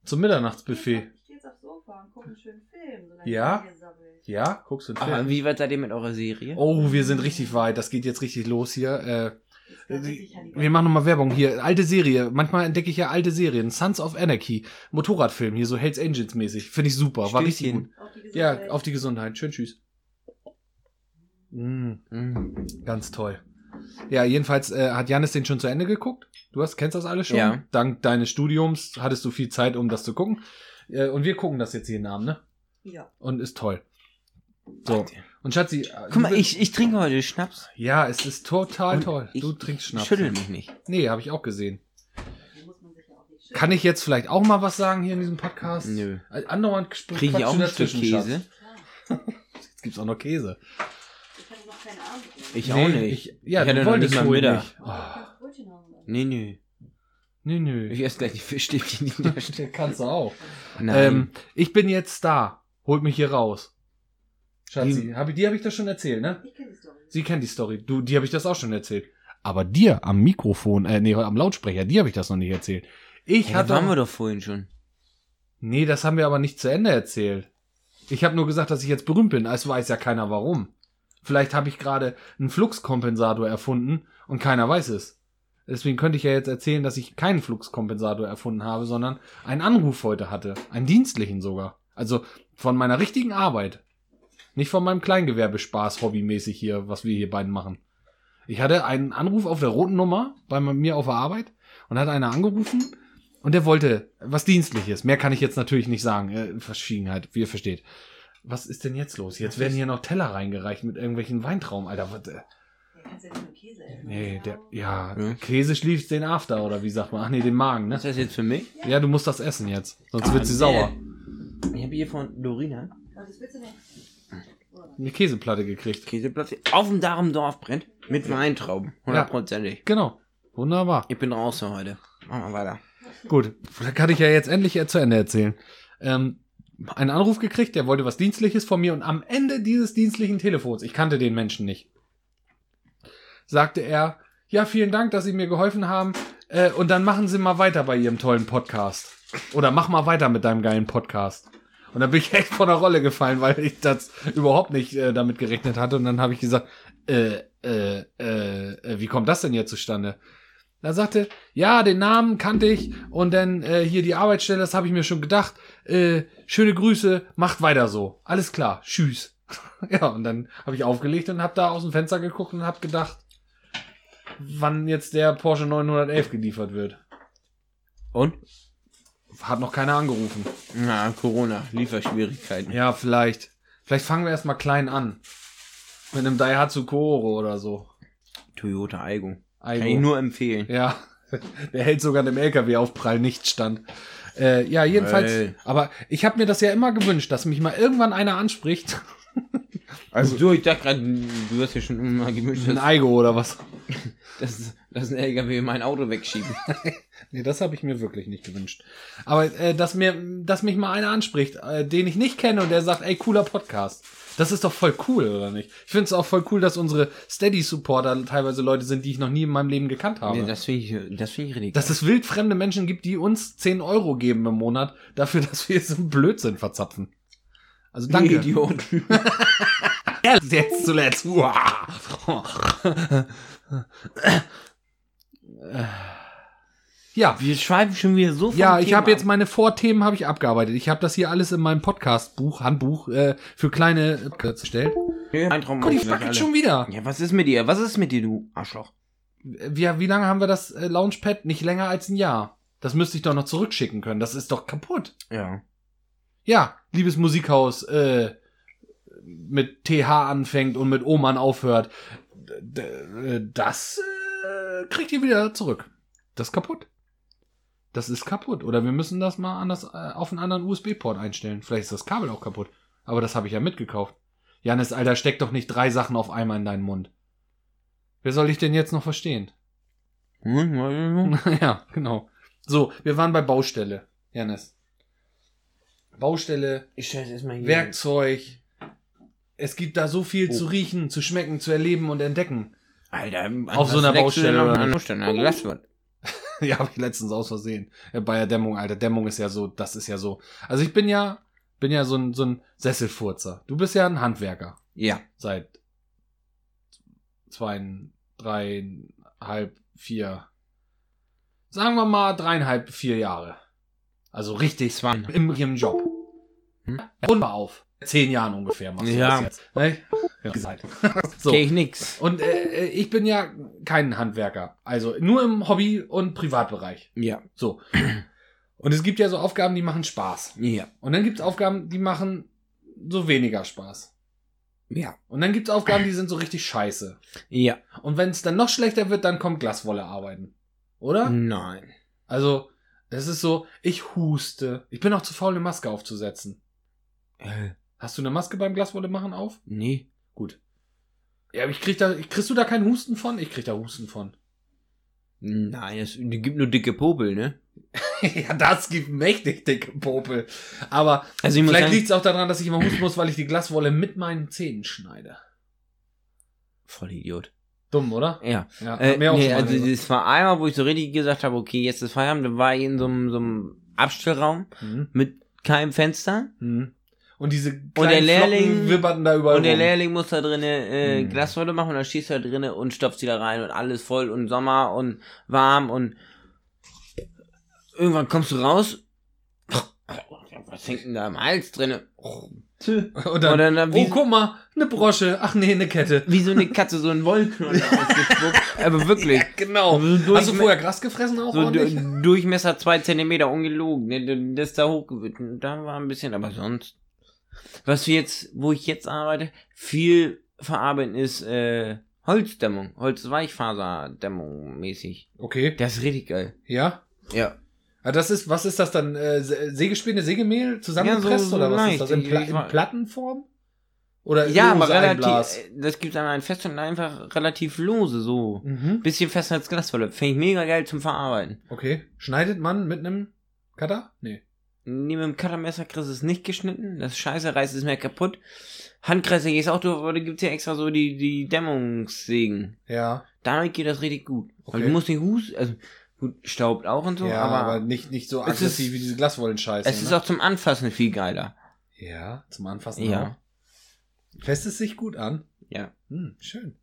Zum Mitternachtsbuffet. Ich stehe jetzt aufs Sofa und gucke einen schönen Film. So lange Ja? eingesammelt. Ja, guckst du einen Aber Film? Ah, wie weit seid ihr mit eurer Serie? Oh, wir sind richtig weit. Das geht jetzt richtig los hier. Äh, Jetzt Äh, kann die- ich sicher Wir die- machen nochmal Werbung hier. Alte Serie. Manchmal entdecke ich ja alte Serien. Sons of Anarchy. Motorradfilm hier, so Hells Angels mäßig. Finde ich super. War richtig Stößchen. gut. Auf die Ja, Gesundheit. auf die Gesundheit. Schön, tschüss. Mm, Mhm. ganz toll. Ja, jedenfalls äh, hat Janis den schon zu Ende geguckt. Du hast, kennst das alles schon. Ja. Dank deines Studiums hattest du viel Zeit, um das zu gucken. Äh, und wir gucken das jetzt jeden Abend, ne? Ja. Und ist toll. So. Und Schatzi. äh, Guck mal, du- ich, ich trinke heute Schnaps. Ja, es ist total Und toll. ich Du trinkst Schnaps. Schüttel mich nicht. Nee, habe ich auch gesehen. Die muss man sich ja auch nicht schütteln. Kann ich jetzt vielleicht auch mal was sagen hier in diesem Podcast? Nö. Äh, Andauernd sp- Kriege ich quatschst auch du ein Stück dazwischen, Schatz. Käse? Klar. Jetzt gibt's auch noch Käse. Ich hatte noch keine Ahnung. Ich auch Nee, nicht. Ich, ja, Ich du hatte noch wolltest nicht mal wohl Mittag. nicht. Oh, kannst Brötchen haben. oder? Nee, nö. nö, nö. Ich esse gleich die Fischstäbchen, die da stehen. Kannst du auch. Nein. Ähm, ich bin jetzt da. Holt mich hier raus. Schatzi, Wie- hab ich, dir habe ich das schon erzählt, ne? Ich kenne die Story. Sie kennt die Story. Du, die habe ich das auch schon erzählt. Aber dir am Mikrofon, äh, nee, am Lautsprecher, dir habe ich das noch nicht erzählt. Ich ja, da hatte. waren wir doch vorhin schon. nee, das haben wir aber nicht zu Ende erzählt. Ich habe nur gesagt, dass ich jetzt berühmt bin. Es weiß ja keiner warum. Vielleicht habe ich gerade einen Fluxkompensator erfunden und keiner weiß es. Deswegen könnte ich ja jetzt erzählen, dass ich keinen Fluxkompensator erfunden habe, sondern einen Anruf heute hatte. Einen dienstlichen sogar. Also von meiner richtigen Arbeit. Nicht von meinem Kleingewerbespaß hobbymäßig hier, was wir hier beiden machen. Ich hatte einen Anruf auf der roten Nummer bei mir auf der Arbeit und hat einer angerufen und der wollte was Dienstliches. Mehr kann ich jetzt natürlich nicht sagen. Äh, Verschwiegenheit, wie ihr versteht. Was ist denn jetzt los? Jetzt werden hier noch Teller reingereicht mit irgendwelchen Weintrauben. Alter, was, äh, Der kannst ja nicht nur Käse essen. Nee, der, ja, Hm? Ja. Käse schläft den After, oder wie sagt man? Ach nee, den Magen, Was ne? ist das jetzt für mich? Ja, du musst das essen jetzt, sonst wird sie Ah, sauer. Ich habe hier von Dorina Aber das willst du nicht. Oder? Eine Käseplatte gekriegt. Käseplatz auf dem Darmdorf brennt mit Weintrauben. Hundertprozentig. Genau. Wunderbar. Ich bin raus für heute. Machen wir weiter. Gut, da kann ich ja jetzt endlich äh, zu Ende erzählen. Ähm, einen Anruf gekriegt, der wollte was Dienstliches von mir und am Ende dieses dienstlichen Telefons, ich kannte den Menschen nicht, sagte er, ja, vielen Dank, dass Sie mir geholfen haben äh, und dann machen Sie mal weiter bei Ihrem tollen Podcast. Oder mach mal weiter mit deinem geilen Podcast. Und dann bin ich echt von der Rolle gefallen, weil ich das überhaupt nicht äh, damit gerechnet hatte. Und dann habe ich gesagt, äh, äh, äh, äh, wie kommt das denn jetzt zustande? Da sagte, ja, den Namen kannte ich und dann äh, hier die Arbeitsstelle, das habe ich mir schon gedacht. Äh, schöne Grüße, macht weiter so. Alles klar, tschüss. ja, und dann habe ich aufgelegt und habe da aus dem Fenster geguckt und habe gedacht, wann jetzt der Porsche 911 geliefert wird. Und? Hat noch keiner angerufen. Na, Corona, Lieferschwierigkeiten. Ja, vielleicht. Vielleicht fangen wir erstmal klein an. Mit einem Daihatsu Koro oder so. Toyota Aigo. Aigo. Kann ich nur empfehlen. Ja, der hält sogar dem LKW-Aufprall nicht stand. Äh, ja, jedenfalls. Ey. Aber ich habe mir das ja immer gewünscht, dass mich mal irgendwann einer anspricht. Also du, ich dachte gerade, du hast ja schon immer gewünscht, Ein dass, Eigo oder was. dass, dass ein LKW mein Auto wegschieben. Nee, das habe ich mir wirklich nicht gewünscht. Aber äh, dass, mir, dass mich mal einer anspricht, äh, den ich nicht kenne und der sagt, ey, cooler Podcast. Das ist doch voll cool, oder nicht? Ich finde es auch voll cool, dass unsere Steady-Supporter teilweise Leute sind, die ich noch nie in meinem Leben gekannt habe. nee, das finde ich, das finde ich richtig. dass es wildfremde Menschen gibt, die uns 10 Euro geben im Monat dafür, dass wir so einen Blödsinn verzapfen. Also geil. danke. Die Idioten. Erst jetzt zuletzt. Uah. Ja, Wir schreiben schon wieder so viel. ja, ich habe jetzt meine Vorthemen habe ich abgearbeitet. Ich habe das hier alles in meinem Podcast-Buch, Handbuch äh, für kleine äh, gestellt. Ein Traum. Guck, die alle. fackelt schon wieder. Ja, was ist mit dir? Was ist mit dir, du Arschloch? Wir, wie lange haben wir das äh, Launchpad? Nicht länger als ein Jahr. Das müsste ich doch noch zurückschicken können. Das ist doch kaputt. Ja. Ja, liebes Musikhaus, äh, mit TH anfängt und mit Oman aufhört, d- d- äh, das äh, kriegt ihr wieder zurück. Das ist kaputt. Das ist kaputt. Oder wir müssen das mal anders äh, auf einen anderen USB-Port einstellen. Vielleicht ist das Kabel auch kaputt. Aber das habe ich ja mitgekauft. Janis, Alter, steck doch nicht drei Sachen auf einmal in deinen Mund. Wer soll dich denn jetzt noch verstehen? Hm? ja, genau. So, wir waren bei Baustelle, Janis. Baustelle, Ich stelle es erstmal Mhm. hier. Werkzeug. Es gibt da so viel Oh. zu riechen, zu schmecken, zu erleben und entdecken. Alter, an Auf was so einer leckst du Baustelle, denn noch oder an der nicht? Baustelle, an der Glaswand. ja, habe ich letztens aus Versehen. Äh, Bei der Dämmung, Alter. Dämmung ist ja so, das ist ja so. Also ich bin ja, bin ja so ein, so ein Sesselfurzer. Du bist ja ein Handwerker. Ja. Seit zwei, dreieinhalb, vier. Sagen wir mal dreieinhalb, vier Jahre. Also richtig Zwei. im, im Job. Hm? Runde auf. Zehn Jahren ungefähr machst du Ja. das jetzt. Ne? Ja. Gesagt. So. So. Kenn ich nix. Und äh, ich bin ja kein Handwerker. Also nur im Hobby- und Privatbereich. Ja. So. Und es gibt ja so Aufgaben, die machen Spaß. Ja. Und dann gibt es Aufgaben, die machen so weniger Spaß. Ja. Und dann gibt es Aufgaben, die sind so richtig scheiße. Ja. Und wenn es dann noch schlechter wird, dann kommt Glaswolle arbeiten. Oder? Nein. Also, es ist so, ich huste. Ich bin auch zu faul, eine Maske aufzusetzen. Äh, Hast du eine Maske beim Glaswolle machen auf? nee. Gut. Ja, aber ich krieg da, kriegst du da keinen Husten von? Ich krieg da Husten von. Nein, es gibt nur dicke Popel, ne? ja, das gibt mächtig dicke Popel. Aber Also ich muss vielleicht sagen, liegt es auch daran, dass ich immer husten muss, weil ich die Glaswolle mit meinen Zähnen schneide. voll Idiot. Dumm, oder? Ja. Ja, Äh, hat mir auch nee, schon mal also gesagt. das war einmal, wo ich so richtig gesagt habe, okay, jetzt ist Feierabend, dann war ich in so einem, so einem Abstellraum Mhm. mit keinem Fenster Mhm. Und diese kleinen der Lehrling- Flocken wibberten da überall und der rum. Lehrling muss da drinnen äh, Hm. Glaswolle machen und dann stehst du da drinnen und stopfst die da rein und alles voll und Sommer und warm und irgendwann kommst du raus, was hängt denn da im Hals drinne? Und dann, Und dann- äh, oh, guck mal, eine Brosche. Ach nee, eine Kette. Wie so eine Katze, so ein Wollknolle ausgespuckt. Aber wirklich. Genau. So Hast du durchme- vorher Gras gefressen auch So ordentlich? du, Durchmesser 2 cm ungelogen. ne, ne, Das ist da hochgewitten. Da war ein bisschen, aber sonst. Was wir jetzt, wo ich jetzt arbeite, viel verarbeiten ist äh, Holzdämmung. Holzweichfaserdämmung mäßig. Okay, Das ist richtig geil. ja. Ja. Ah, Das ist, was ist das dann? Äh, Se- Sägespäne, Sägemehl zusammengepresst Ja, so- so oder was leicht. ist das? In, Pla Ich- ich- in Plattenform? Oder Ja, Äh, lose aber relativ. einblasen? äh, Das gibt einmal ein Fest und einfach relativ lose so. Mhm. Bisschen fester als Glaswolle. Finde ich mega geil zum Verarbeiten. Okay. Schneidet man mit einem Cutter? Nee. Nee, mit dem Cuttermesser kriegst du es nicht geschnitten. Das Scheiße reißt es mehr kaputt. Handkreise gehst auch durch, aber da gibt's ja extra so die, die Dämmungssägen. Ja. Damit geht das richtig gut. Weil Okay. du musst nicht husten, also gut, staubt auch und so, ja, aber, aber, nicht, nicht so es ist- aggressiv wie diese Glaswollenscheiße. es ist ne? auch zum Anfassen viel geiler. Ja, zum Anfassen. Ja. auch. Fässt es sich gut an? Ja. Hm, schön.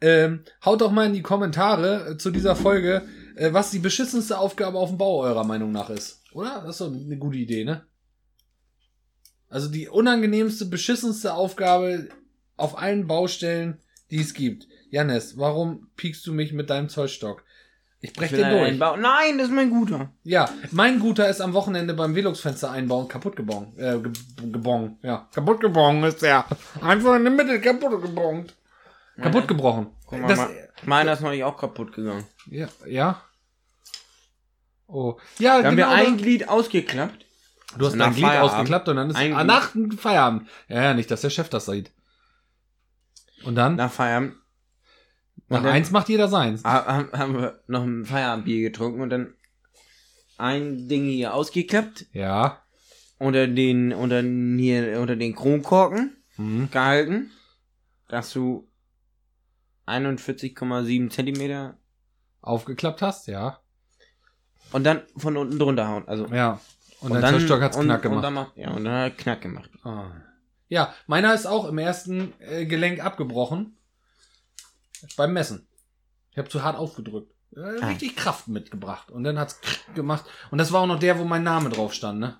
Ähm, haut doch mal in die Kommentare äh, zu dieser Folge, äh, was die beschissenste Aufgabe auf dem Bau eurer Meinung nach ist. Oder? Das ist doch eine gute Idee, ne? Also die unangenehmste, beschissenste Aufgabe auf allen Baustellen, die es gibt. Janis, warum piekst du mich mit deinem Zollstock? Ich Ich brech will den einen durch. einbauen. Nein, das ist mein guter. Ja, mein Guter ist am Wochenende beim Velux-Fenster einbauen kaputt gebongt. Äh, ge gebongt, ja. Kaputt gebongt ist er. Einfach in der Mitte kaputt gebongt. Kaputt gebrochen. Guck mal, Das- mal. meiner ist neulich auch kaputt gegangen. ja, ja. Oh. Ja, Da haben wir genau, ein das- Glied ausgeklappt. Du hast nach dein Glied Feierabend. ausgeklappt und dann ist Ein ah, Glied. nach dem Feierabend. Ja, ja, nicht, dass der Chef das sieht. Und dann, Nach Feierabend nach dann- eins macht jeder seins. ha- haben, haben wir noch ein Feierabendbier getrunken und dann ein Ding hier ausgeklappt. Ja. Unter den, unter den, hier, unter den Kronkorken. Hm. gehalten, dass du 41,7 Zentimeter Aufgeklappt hast, ja. und dann von unten drunter hauen. Also Ja. Und, dein Zollstock hat's und- knack gemacht. Und dann macht, ja, und dann hat knack gemacht. Ah. Ja, meiner ist auch im ersten äh, Gelenk abgebrochen. Beim Messen. Ich habe zu hart aufgedrückt. äh, Ah. richtig Kraft mitgebracht. Und dann hat's krrrt gemacht. Und das war auch noch der, wo mein Name drauf stand, ne?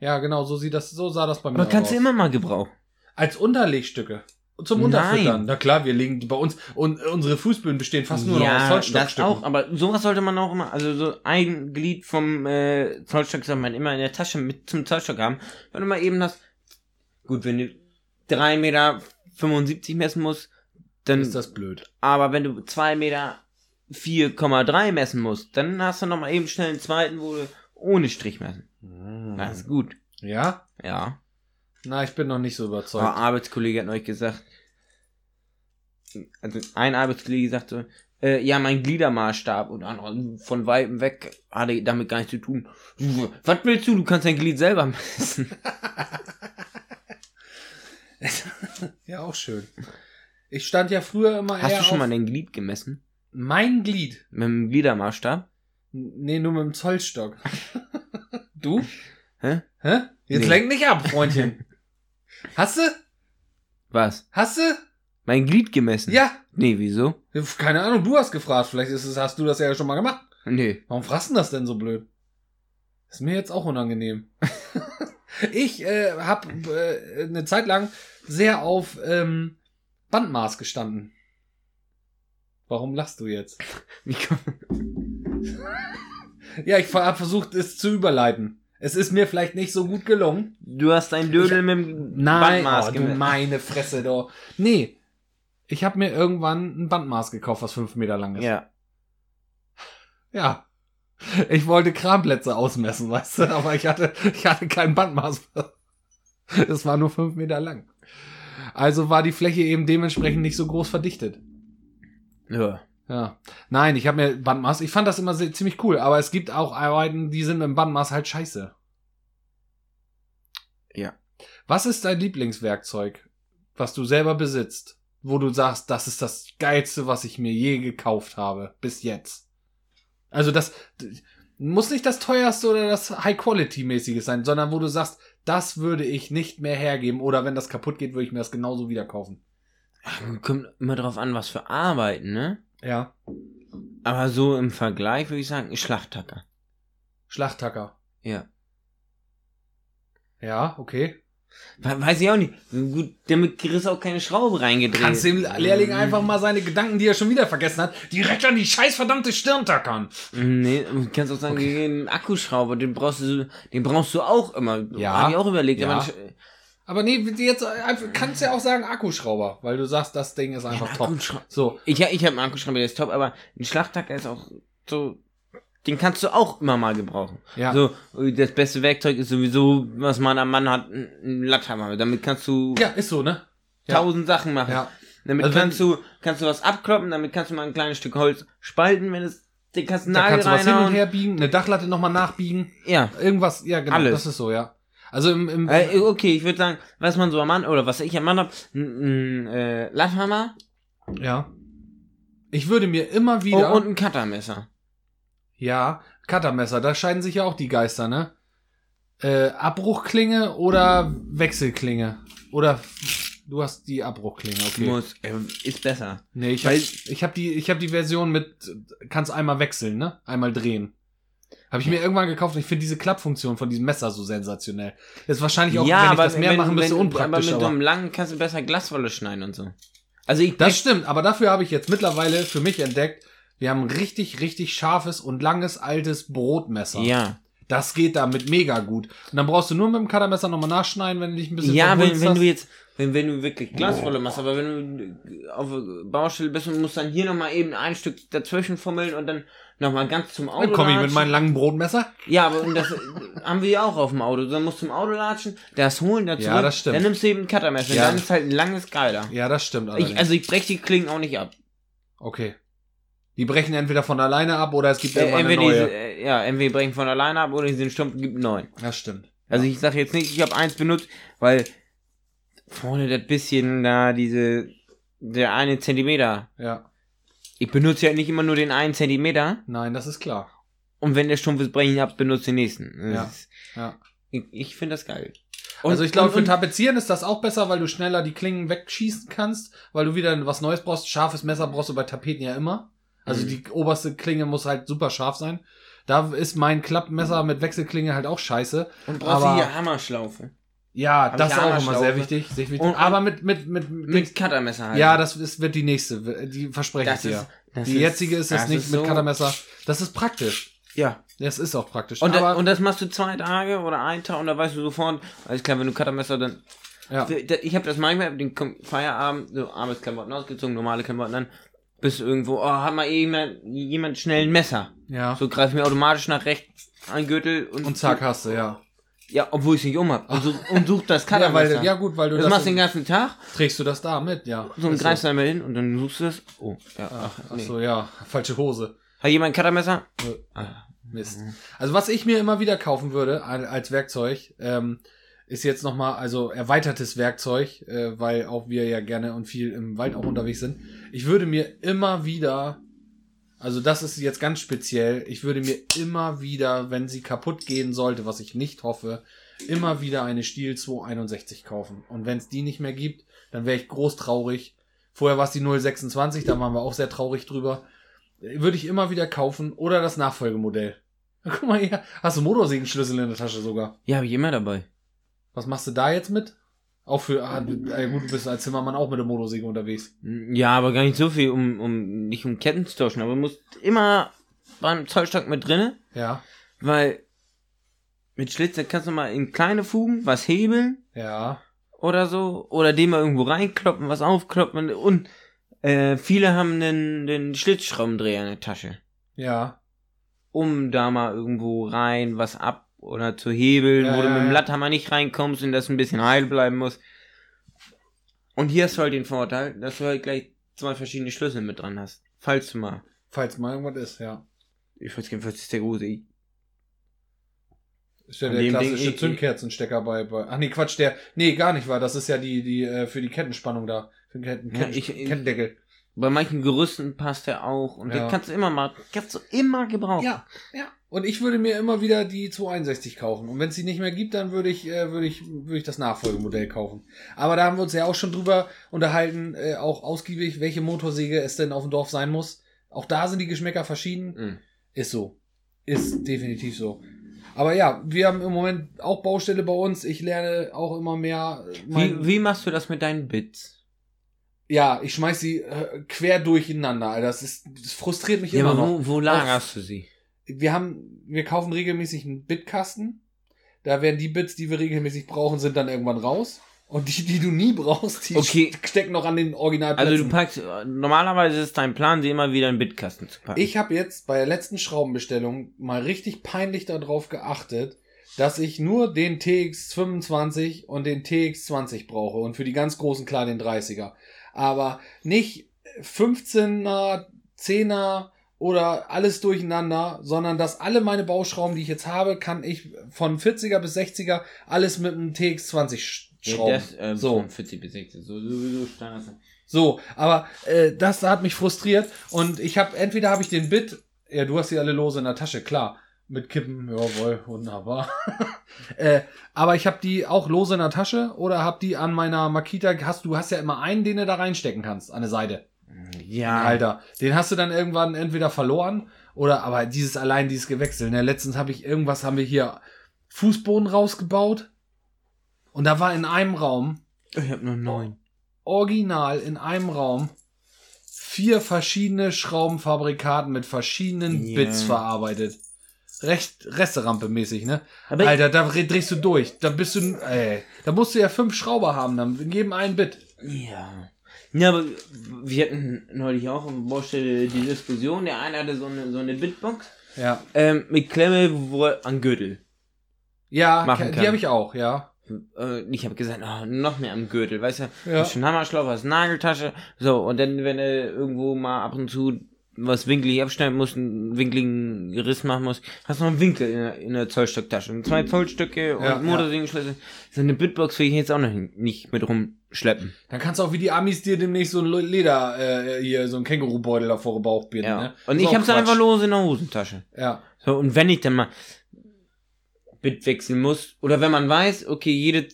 Ja, genau, so sieht das, so sah das bei mir Aber kannst du aus. immer mal gebrauchen. Als Unterlegstücke. Zum Nein. Unterfüttern. Na klar, wir legen die bei uns und unsere Fußböden bestehen fast nur noch aus das Zollstockstücken. auch, aber sowas sollte man auch immer, also so ein Glied vom äh, Zollstock soll man immer in der Tasche mit zum Zollstock haben. Wenn du mal eben das, gut, wenn du 3,75 Meter messen musst, dann, Ist das blöd. aber wenn du 2,4,3 Meter messen musst, dann hast du noch mal eben schnell einen zweiten, wo du ohne Strich messen. Mhm. Das ist gut. Ja? Ja. Na, ich bin noch nicht so überzeugt. Aber Arbeitskollege hat euch gesagt, also ein Arbeitskollege sagte, äh, ja, mein Gliedermaßstab und andere von Weitem weg hatte damit gar nichts zu tun. Was willst du? Du kannst dein Glied selber messen. Ja, auch schön. Ich stand ja früher immer Hast eher du schon mal ne- auf dein Glied gemessen? mein Glied. Mit dem Gliedermaßstab? Nee, nur mit dem Zollstock. du? Hä? Hä? Jetzt Nee. lenk mich ab, Freundchen. Hast du? Was? Hast du? Mein Glied gemessen? Ja. Nee, wieso? Keine Ahnung, du hast gefragt. Vielleicht ist es, hast du das ja schon mal gemacht. Nee. Warum frassen das denn so blöd? Ist mir jetzt auch unangenehm. ich äh, habe äh, eine Zeit lang sehr auf ähm, Bandmaß gestanden. Warum lachst du jetzt? Wie komm- Ja, ich habe versucht, es zu überleiten. Es ist mir vielleicht nicht so gut gelungen. Du hast dein Dödel mit dem Bandmaß oh, du gemessen. meine Fresse, doch. Nee, ich habe mir irgendwann ein Bandmaß gekauft, was fünf Meter lang ist. Ja. Ja. Ich wollte Kramplätze ausmessen, weißt du, aber ich hatte, ich hatte kein Bandmaß. Es war nur fünf Meter lang. Also war die Fläche eben dementsprechend nicht so groß verdichtet. ja. Ja. Nein, ich habe mir Bandmaß, ich fand das immer sehr, ziemlich cool, aber es gibt auch Arbeiten, die sind mit dem Bandmaß halt scheiße. Ja. Was ist dein Lieblingswerkzeug, was du selber besitzt, wo du sagst, das ist das geilste, was ich mir je gekauft habe, bis jetzt? Also das d- muss nicht das teuerste oder das High-Quality-mäßige sein, sondern wo du sagst, das würde ich nicht mehr hergeben oder wenn das kaputt geht, würde ich mir das genauso wieder kaufen. Kommt immer drauf an, was für Arbeiten, ne? Ja. Aber so im Vergleich würde ich sagen, ein Schlachttacker. Schlachttacker. Ja. Ja, okay. We- Weiß ich auch nicht. Gut, damit Chris auch keine Schraube reingedreht. Kannst dem Lehrling einfach mal seine Gedanken, die er schon wieder vergessen hat, direkt an die scheiß verdammte Stirn tackern. Hm, Nee, du kannst auch sagen, den Akkuschrauber, den brauchst du, den brauchst du auch immer. Ja. Hab ich auch überlegt. Ja. Aber äh, Aber nee, jetzt einfach- kannst ja auch sagen Akkuschrauber, weil du sagst, das Ding ist einfach ein top. Akkuschrauber. So, Ich, ja, ich habe einen Akkuschrauber, der ist top, aber ein Schlachttacker ist auch so, den kannst du auch immer mal gebrauchen. ja. So, das beste Werkzeug ist sowieso, was man am Mann hat, ein ein Latthammer. Damit kannst du Ja, ist so, ne? ja. tausend Sachen machen. Ja. Damit Also wenn- kannst du, kannst du was abkloppen, damit kannst du mal ein kleines Stück Holz spalten, wenn es, den kannst du einen Da Nagel kannst du was hin und reinhauen. her biegen, eine Dachlatte nochmal nachbiegen, Ja. irgendwas, ja genau, Alles. das ist so, ja. Also im, im Äh, okay, ich würde sagen, was man so am Mann, oder was ich am Mann hab, ein ein, äh, Latthammer ja. Ich würde mir immer oh, wieder und ein Cuttermesser. Ja, Cuttermesser, da scheiden sich ja auch die Geister, ne? Äh, Abbruchklinge oder Wechselklinge? Oder f- du hast die Abbruchklinge, okay. Muss, äh, ist besser. nee, ich hab, Weil- ich hab die ich hab die Version mit äh, kannst einmal wechseln, ne? Einmal drehen. Habe ich mir irgendwann gekauft und ich finde diese Klappfunktion von diesem Messer so sensationell. Ist wahrscheinlich auch, wenn ich das mehr machen müsste, aber mit unpraktisch. so Aber einem langen kannst du besser Glaswolle schneiden und so. Also ich, das stimmt, aber dafür habe ich jetzt mittlerweile für mich entdeckt, wir haben ein richtig, richtig scharfes und langes altes Brotmesser. ja. Das geht damit mega gut. Und dann brauchst du nur mit dem Cuttermesser nochmal nachschneiden, wenn du dich ein bisschen Ja, wenn, verhunzt wenn hast. du jetzt, wenn, wenn du wirklich Glaswolle machst, aber wenn du auf der Baustelle bist und musst dann hier nochmal eben ein Stück dazwischen fummeln und dann nochmal ganz zum Auto Dann komme ich mit latschen. meinem langen Brotmesser. Ja, aber und das äh, haben wir ja auch auf dem Auto. Dann musst du im Auto latschen, das holen, dazu. Ja, das stimmt. Dann nimmst du eben ein Cuttermesser. Ja. Dann ist halt ein langes geiler. Ja, das stimmt allerdings. Ich, also ich brech die Klingen auch nicht ab. okay. Die brechen entweder von alleine ab oder es gibt Äh, irgendwann eine entweder neue. die, äh, ja, entweder brechen von alleine ab oder die sind stumpf und gibt neun. das stimmt. Also ich sag jetzt nicht, ich habe eins benutzt, weil vorne das bisschen da diese der eine Zentimeter. Ja. Ich benutze ja nicht immer nur den einen Zentimeter Nein, das ist klar. und wenn der stumpf ist, brech ich ihn ab, benutze den nächsten. Das Ja, ist- ja. Ich, ich finde das geil. also Und- ich glaube, und- für und- Tapezieren ist das auch besser, weil du schneller die Klingen wegschießen kannst, weil du wieder was Neues brauchst. Scharfes Messer brauchst du bei Tapeten ja immer. Also Mhm. die oberste Klinge muss halt super scharf sein. Da ist mein Klappmesser mit Wechselklinge halt auch scheiße. Und brauchst du Aber- hier Hammerschlaufe. Ja, Hab das ich ist auch immer Hammerschlaufe. sehr wichtig. Sehr wichtig. Und- aber mit, mit, mit, mit, Mit Cuttermesser halt. ja, das ist, wird die nächste. Die verspreche Das ich dir. ist- das die jetzige ist es das nicht mit so- Cuttermesser. Das ist praktisch. Ja. Das ist auch praktisch. Und, da, aber, und das machst du zwei Tage oder einen Tag und da weißt du sofort, alles klar, wenn du Cuttermesser dann. ja. Ich habe das manchmal den Kom- Feierabend, so Arbeitsklamotten ausgezogen, normale Klamotten an, bis irgendwo, oh, hat mal jemand, jemand schnell ein Messer. ja. So greife ich mir automatisch nach rechts an den Gürtel und. und zack hast du, ja. Ja, obwohl ich es nicht um hab. Und, such, und such das Ja, Cuttermesser. weil, ja gut, weil du das, das, machst du den ganzen Tag, trägst du das da mit, ja. so und Ist greifst einmal hin und dann suchst du das. Oh, ja. Ach, Ach nee. so, ja, falsche Hose. Hat jemand ein Cuttermesser? Nö. Ah. Mist. Also was ich mir immer wieder kaufen würde al- als Werkzeug, ähm, ist jetzt nochmal, also erweitertes Werkzeug, äh, weil auch wir ja gerne und viel im Wald auch unterwegs sind. Ich würde mir immer wieder, also das ist jetzt ganz speziell, ich würde mir immer wieder, wenn sie kaputt gehen sollte, was ich nicht hoffe, immer wieder eine Stiel 261 kaufen. Und wenn es die nicht mehr gibt, dann wäre ich groß traurig. Vorher war es die 026, da waren wir auch sehr traurig drüber. Äh, Würde ich immer wieder kaufen oder das Nachfolgemodell. Guck mal hier, hast du einen Motorsägenschlüssel in der Tasche sogar. Ja, hab ich immer dabei. Was machst du da jetzt mit? Auch für, ah, du- äh, gut, du bist als Zimmermann auch mit der Motorsäge unterwegs. Ja, aber gar nicht so viel, um, um nicht um Ketten zu tauschen, aber du musst immer beim Zollstock mit drinne, Ja, weil mit Schlitze kannst du mal in kleine Fugen was hebeln ja, oder so, oder den mal irgendwo reinkloppen, was aufkloppen und äh, viele haben den, den Schlitzschraubendreher in der Tasche, ja. um da mal irgendwo rein was ab oder zu hebeln, Ja, wo du ja, mit dem ja. Blatthammer nicht reinkommst und das ein bisschen heil bleiben muss. Und hier hast du halt den Vorteil, dass du halt gleich zwei verschiedene Schlüssel mit dran hast, falls du mal Falls mal irgendwas ist, ja. Ich weiß gar nicht, was ist der große I? Ist ja An der dem klassische Ding- eh, Zündkerzenstecker bei, bei. Ach nee, Quatsch, der. Nee, gar nicht, weil das ist ja die, die, äh, für die Kettenspannung da. Für den Ketten, Ja, Ketten, ich- äh, ich- Kettendeckel. Bei manchen Gerüsten passt der auch und Ja. den kannst du immer mal, kannst du immer gebrauchen. Ja, ja. Genau. Und ich würde mir immer wieder die 261 kaufen. Und wenn es die nicht mehr gibt, dann würde ich, äh, würde ich, würde ich das Nachfolgemodell kaufen. Aber da haben wir uns ja auch schon drüber unterhalten, äh, auch ausgiebig, welche Motorsäge es denn auf dem Dorf sein muss. Auch da sind die Geschmäcker verschieden. Mhm. Ist so. Ist definitiv so. Aber ja, wir haben im Moment auch Baustelle bei uns. Ich lerne auch immer mehr. äh, mein- Wie, wie machst du das mit deinen Bits? ja, ich schmeiß sie äh, quer durcheinander. Alter. Das, ist, das frustriert mich immer noch. wo, wo lagerst du sie? wir haben, wir kaufen regelmäßig einen Bitkasten. Da werden die Bits, die wir regelmäßig brauchen, sind dann irgendwann raus. Und die, die du nie brauchst, die Okay. st- stecken noch an den Originalplätzen. Also du packst, normalerweise ist dein Plan, sie immer wieder in den Bitkasten zu packen. ich habe jetzt bei der letzten Schraubenbestellung mal richtig peinlich darauf geachtet, dass ich nur den TX25 und den TX20 brauche und für die ganz großen klar den 30er. Aber nicht 15er, 10er oder alles durcheinander, sondern dass alle meine Bauschrauben, die ich jetzt habe, kann ich von 40er bis 60er alles mit einem TX20 sch- ja, schrauben. das, äh, So. so. 40 bis 60, so, sowieso Standard. So, aber äh, das hat mich frustriert und ich habe entweder habe ich den Bit, ja, du hast sie alle lose in der Tasche, klar, mit Kippen, jawohl, wunderbar. äh, aber ich habe die auch lose in der Tasche oder habe die an meiner Makita, hast du hast ja immer einen, den du da reinstecken kannst an der Seite. Ja, Alter, den hast du dann irgendwann entweder verloren oder aber dieses allein dieses gewechselt. Ne? Letztens habe ich irgendwas haben wir hier Fußboden rausgebaut und da war in einem Raum ich hab nur neun. original in einem Raum vier verschiedene Schraubenfabrikaten mit verschiedenen Ja. Bits verarbeitet. Recht Resterampe-mäßig, ne? Aber Alter, da re- drehst du durch. Da bist du. Ey, da musst du ja fünf Schrauber haben, dann in jedem einen Bit. Ja. Ja, aber wir hatten neulich auch auf der Baustelle die Diskussion, der eine hatte so eine, so eine Bitbox Ja. ähm, mit Klemme wo, an Gürtel. Ja, Machen ke- die kann. habe ich auch, ja. äh, ich habe gesagt, oh, noch mehr am Gürtel, weißt du? Ja. Ja. Schon Hammerschlauch, hast Nageltasche, so, und dann, wenn du irgendwo mal ab und zu was winkelig abschneiden musst, einen winkligen Riss machen musst, hast du noch einen Winkel in der, in der Zollstocktasche. Und zwei Zollstöcke Mhm. Ja, und Motorsägenschlüssel. So eine Bitbox will ich jetzt auch noch hin- nicht mit rumschleppen. Dann kannst du auch wie die Amis dir demnächst so ein Leder, äh, hier, so ein Kängurubeutel da vor den Bauch binden, Ja. ne? Genau. Und Ist ich auch hab's Quatsch. einfach los in der Hosentasche. Ja. So, und wenn ich dann mal Bit wechseln muss, oder wenn man weiß, okay, jede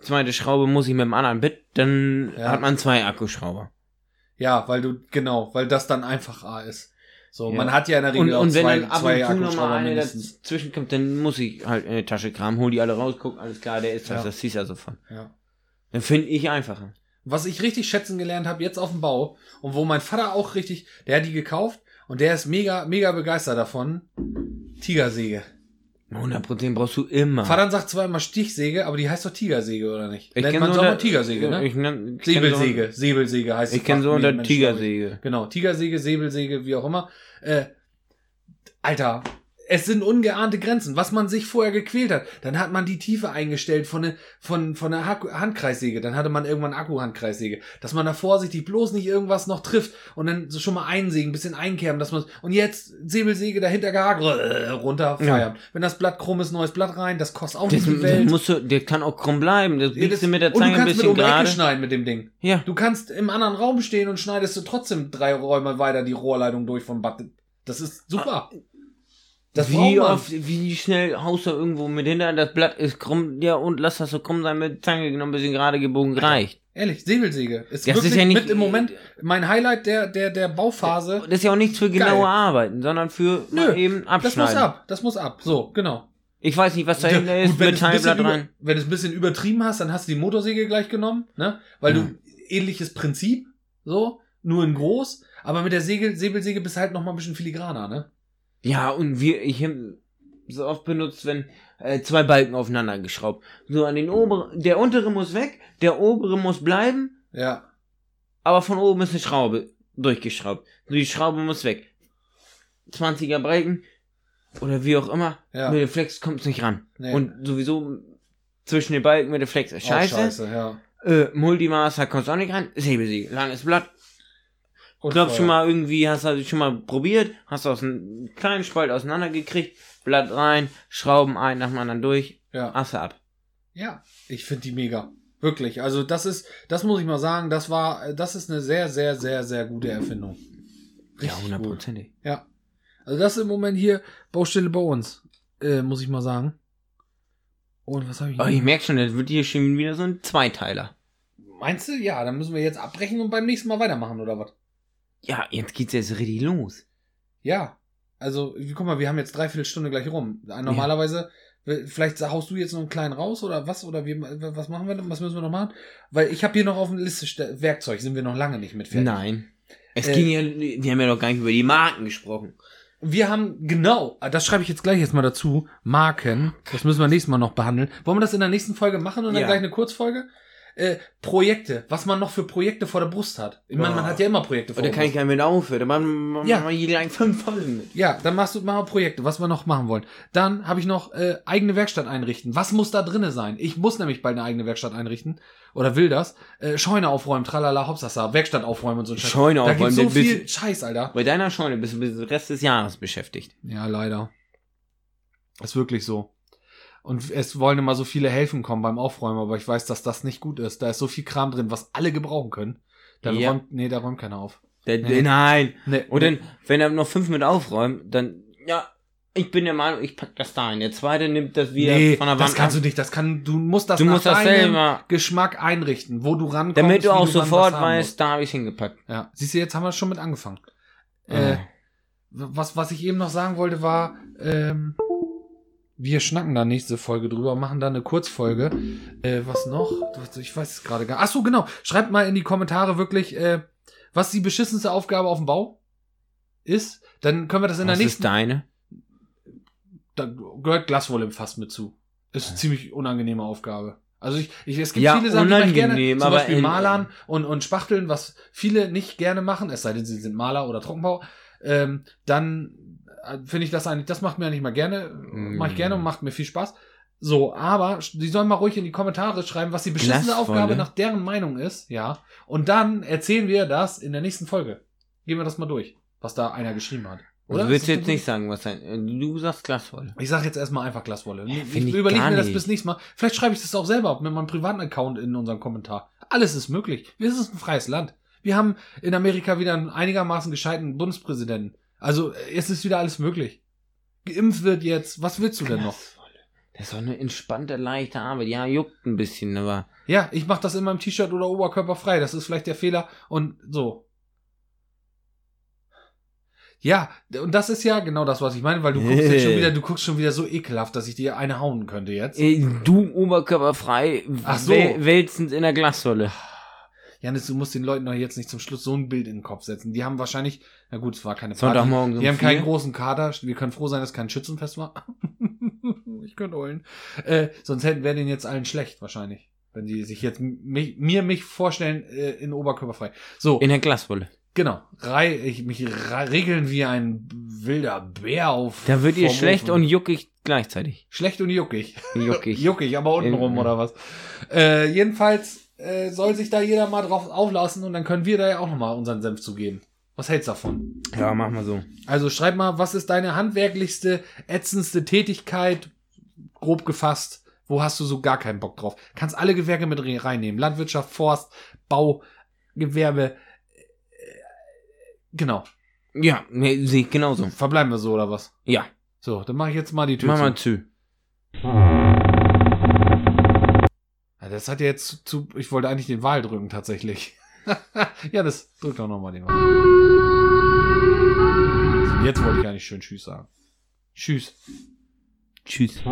zweite Schraube muss ich mit dem anderen Bit, dann Ja. hat man zwei Akkuschrauber. Ja, weil du, genau, weil das dann einfach A ist. So, Ja. man hat ja in der Und, Regel auch und wenn zwei, dann ab zwei und zu nochmal Akkuschrauber eine mindestens. dazwischen kommt, dann muss ich halt in die Tasche kramen, hol die alle raus, guck, alles klar, der ist das, Ja. das siehst du also von. Ja. Dann finde ich einfacher. Was ich richtig schätzen gelernt habe, jetzt auf dem Bau, und wo mein Vater auch richtig, der hat die gekauft und der ist mega, mega begeistert davon. Tigersäge. 100% brauchst du immer. Vater sagt zwar immer Stichsäge, aber die heißt doch Tigersäge, oder nicht? Ich Nennt kenn man so so auch eine- mal Tigersäge, ne? Ich, nenn- ich kenn Säbelsäge, Säbelsäge heißt So, ich die kenne so Fachmedien- eine Mensch, glaub ich. Tigersäge. Genau, Tigersäge, Säbelsäge, wie auch immer. Äh, Alter, es sind ungeahnte Grenzen. Was man sich vorher gequält hat, dann hat man die Tiefe eingestellt von, ne, von, von einer Hack- Handkreissäge. Dann hatte man irgendwann Akku-Handkreissäge. Dass man da vorsichtig bloß nicht irgendwas noch trifft und dann so schon mal einsägen, bisschen einkerben, dass man und jetzt Säbelsäge dahinter gehakt, rrr, runter, Ja. feiern. Wenn das Blatt krumm ist, neues Blatt rein, das kostet auch Das, nicht die das, Welt. musst du, das kann auch krumm bleiben. Das Ja, biegst das- du mit der und du Zange ein kannst mit bisschen um die Ecke gerade. schneiden mit dem Ding. Ja. Du kannst im anderen Raum stehen und schneidest du trotzdem drei Räume weiter die Rohrleitung durch vom Bad. Das ist super. Das braucht Ah. wie man. oft, wie schnell haust du irgendwo mit hinter, das Blatt ist krumm, ja, und lass das so krumm sein, mit Zange genommen, ein bisschen gerade gebogen, reicht. Ehrlich, Säbelsäge. Ist Das wirklich ist ja nicht, mit im Moment äh, mein Highlight der, der, der Bauphase. Das ist ja auch nichts für genaue Geil. Arbeiten, sondern für mal Nö, eben Das muss abschneiden. ab. Das muss ab. So, genau. Ich weiß nicht, was Ja, dahinter gut, ist, wenn du es ein bisschen Metallblatt über- rein. Wenn du es ein bisschen übertrieben hast, dann hast du die Motorsäge gleich genommen, ne? Weil Ja. du ähnliches Prinzip, so, nur in groß, aber mit der Säge, Säbelsäge bist du halt noch mal ein bisschen filigraner, ne? Ja, und wir, ich hab so oft benutzt, wenn äh, zwei Balken aufeinander geschraubt. So an den oberen, der untere muss weg, der obere muss bleiben, Ja. aber von oben ist eine Schraube durchgeschraubt. So die Schraube muss weg. 20er Balken oder wie auch immer, Ja. mit dem Flex kommt's nicht ran. Nee. Und sowieso zwischen den Balken mit dem Flex ist Auch scheiße. scheiße, ja. Äh, Multimaster kommt's auch nicht ran, Säbelsieg, langes Blatt, Und Ich glaube Oh, Feuer. schon mal irgendwie, hast du schon mal probiert, hast aus einem kleinen Spalt auseinandergekriegt, Blatt rein, Schrauben ein, nach dem anderen durch, Ja. Asse ab. Ja, ich finde die mega. Wirklich. Also das ist, das muss ich mal sagen, das war, äh, das ist eine sehr, sehr, sehr, sehr gute Erfindung. Ja, Richtig gut. hundertprozentig. Ja. Also das ist im Moment hier Baustelle bei uns, äh, muss ich mal sagen. Und was habe ich? Aber ich merke schon, das wird hier schon wieder so ein Zweiteiler. Meinst du? Ja, dann müssen wir jetzt abbrechen und beim nächsten Mal weitermachen oder was? Ja, jetzt geht's jetzt richtig los. Ja. Also wie- guck mal, wir haben jetzt dreiviertel Stunde gleich rum. Äh, Normalerweise w- vielleicht haust du jetzt noch einen kleinen raus oder was oder wir, was machen wir? denn? Was müssen wir noch machen? Weil ich habe hier noch auf der Liste ste- Werkzeug sind wir noch lange nicht mit fertig. Nein. Es Äh, ging ja, wir haben ja noch gar nicht über die Marken gesprochen. Wir haben, genau, das schreibe ich jetzt gleich jetzt mal dazu, Marken. Das müssen wir nächstes Mal noch behandeln. Wollen wir das in der nächsten Folge machen und dann Ja. gleich eine Kurzfolge? Äh, Projekte, was man noch für Projekte vor der Brust hat. Ich meine, man Ja. hat ja immer Projekte vor Oder der kann ich Brust. gar nicht mit aufhören, da machen machen Oh, Ja. wir jede lang fünf Folgen mit. Ja, dann machst du mal Projekte, was wir noch machen wollen. Dann habe ich noch äh, eigene Werkstatt einrichten. Was muss da drinne sein? Ich muss nämlich bald eine eigene Werkstatt einrichten oder will das. Äh, Scheune aufräumen, tralala, hopsasa, Werkstatt aufräumen und so. ein Scheiß. Scheune Da aufräumen, gibt's so bis- viel Scheiß, Alter. Bei deiner Scheune bist du bis den Rest des Jahres beschäftigt. Ja, leider. Ist wirklich so. Und es wollen immer so viele helfen kommen beim Aufräumen, aber ich weiß, dass das nicht gut ist. Da ist so viel Kram drin, was alle gebrauchen können. Da Ja. räumt, nee, da räumt keiner auf. Der, Nee. Nein, Nee, Und dann, wenn er noch fünf mit aufräumt, dann, ja, ich bin der Meinung, ich pack das da hin. Der zweite nimmt das wieder nee, von der Wand. das kannst ab. du nicht. Das kann, du musst das Du musst das deinem selber. Geschmack einrichten, wo du rankommst. Damit du wie auch wann sofort was haben weißt, da habe ich hingepackt. musst. Ja, siehst du, jetzt haben wir schon mit angefangen. Ah. Äh, was, was ich eben noch sagen wollte, war, ähm, wir schnacken da nächste Folge drüber, machen da eine Kurzfolge. Äh, was noch? Ich weiß es gerade gar nicht. Achso, genau. Schreibt mal in die Kommentare wirklich, äh, was die beschissenste Aufgabe auf dem Bau ist. Dann können wir das in was der ist nächsten. deine? Da gehört Glaswolle im Fass mit zu. Ist eine ziemlich unangenehme Aufgabe. Also ich, ich, es gibt Ja, viele Sachen, die mache ich gerne, unangenehm, zum aber Beispiel in- Malern und, und Spachteln, was viele nicht gerne machen, es sei denn, sie sind Maler oder Trockenbau, ähm, dann äh, finde ich das eigentlich, das macht mir eigentlich mal gerne, Mm. mache ich gerne und macht mir viel Spaß. So, aber sch- die sollen mal ruhig in die Kommentare schreiben, was die beschissene Glaswolle. Aufgabe nach deren Meinung ist, ja. Und dann erzählen wir das in der nächsten Folge. Gehen wir das mal durch, was da einer geschrieben hat. Oder? Du willst Ist das jetzt okay? nicht sagen, was dein. Du sagst Glaswolle. Ich sag jetzt erstmal einfach Glaswolle. ich find ich überlege gar mir das nicht. bis nächstes Mal. Vielleicht schreibe ich das auch selber mit meinem privaten Account in unseren Kommentar. Alles ist möglich. Wir sind ein freies Land. Wir haben in Amerika wieder einen einigermaßen gescheiten Bundespräsidenten. Also äh, es ist wieder alles möglich. Geimpft wird jetzt. Was willst du denn noch? Glaswolle. Das ist doch eine entspannte, leichte Arbeit. Ja, juckt ein bisschen, aber. Ja, ich mache das in meinem T-Shirt oder Oberkörper frei. Das ist vielleicht der Fehler. Und so. Ja, und das ist ja genau das, was ich meine, weil du guckst Äh. jetzt schon wieder, du guckst schon wieder so ekelhaft, dass ich dir eine hauen könnte jetzt. Äh, Du oberkörperfrei, Ach so. wel- wälzend in der Glassäule. Janis, du musst den Leuten doch jetzt nicht zum Schluss so ein Bild in den Kopf setzen. Die haben wahrscheinlich, na gut, es war keine Party. Sonntagmorgen um Die haben keinen vier. großen Kader. Wir können froh sein, dass kein Schützenfest war. ich könnte heulen. Äh, sonst hätten wir den jetzt allen schlecht wahrscheinlich. Wenn die sich jetzt m- mich, mir mich vorstellen äh, in Oberkörperfrei. So, In der Glaswolle. genau. Rei, ich mich ra- regeln wie ein wilder Bär auf. Da wird ihr vorm schlecht Ofen. und juckig gleichzeitig. schlecht und juckig. Juckig. Juckig, aber untenrum In- oder was. Äh, jedenfalls äh, soll sich da jeder mal drauf auflassen und dann können wir da ja auch nochmal unseren Senf zugeben. Was hältst du davon? ja, mach mal so. Also schreib mal, was ist deine handwerklichste, ätzendste Tätigkeit, grob gefasst, wo hast du so gar keinen Bock drauf? Kannst alle Gewerke mit re- reinnehmen. Landwirtschaft, Forst, Bau, Gewerbe. äh, Genau. Ja, nee, sehe ich genauso. Verbleiben wir so oder was? Ja, So, dann mache ich jetzt mal die Tür mach mal zu. zu. Ja, das hat ja jetzt zu. Ich wollte eigentlich den Wahl drücken, tatsächlich. ja, das drückt doch nochmal den Wahl. Jetzt wollte ich gar nicht schön Tschüss sagen. Tschüss. Tschüss.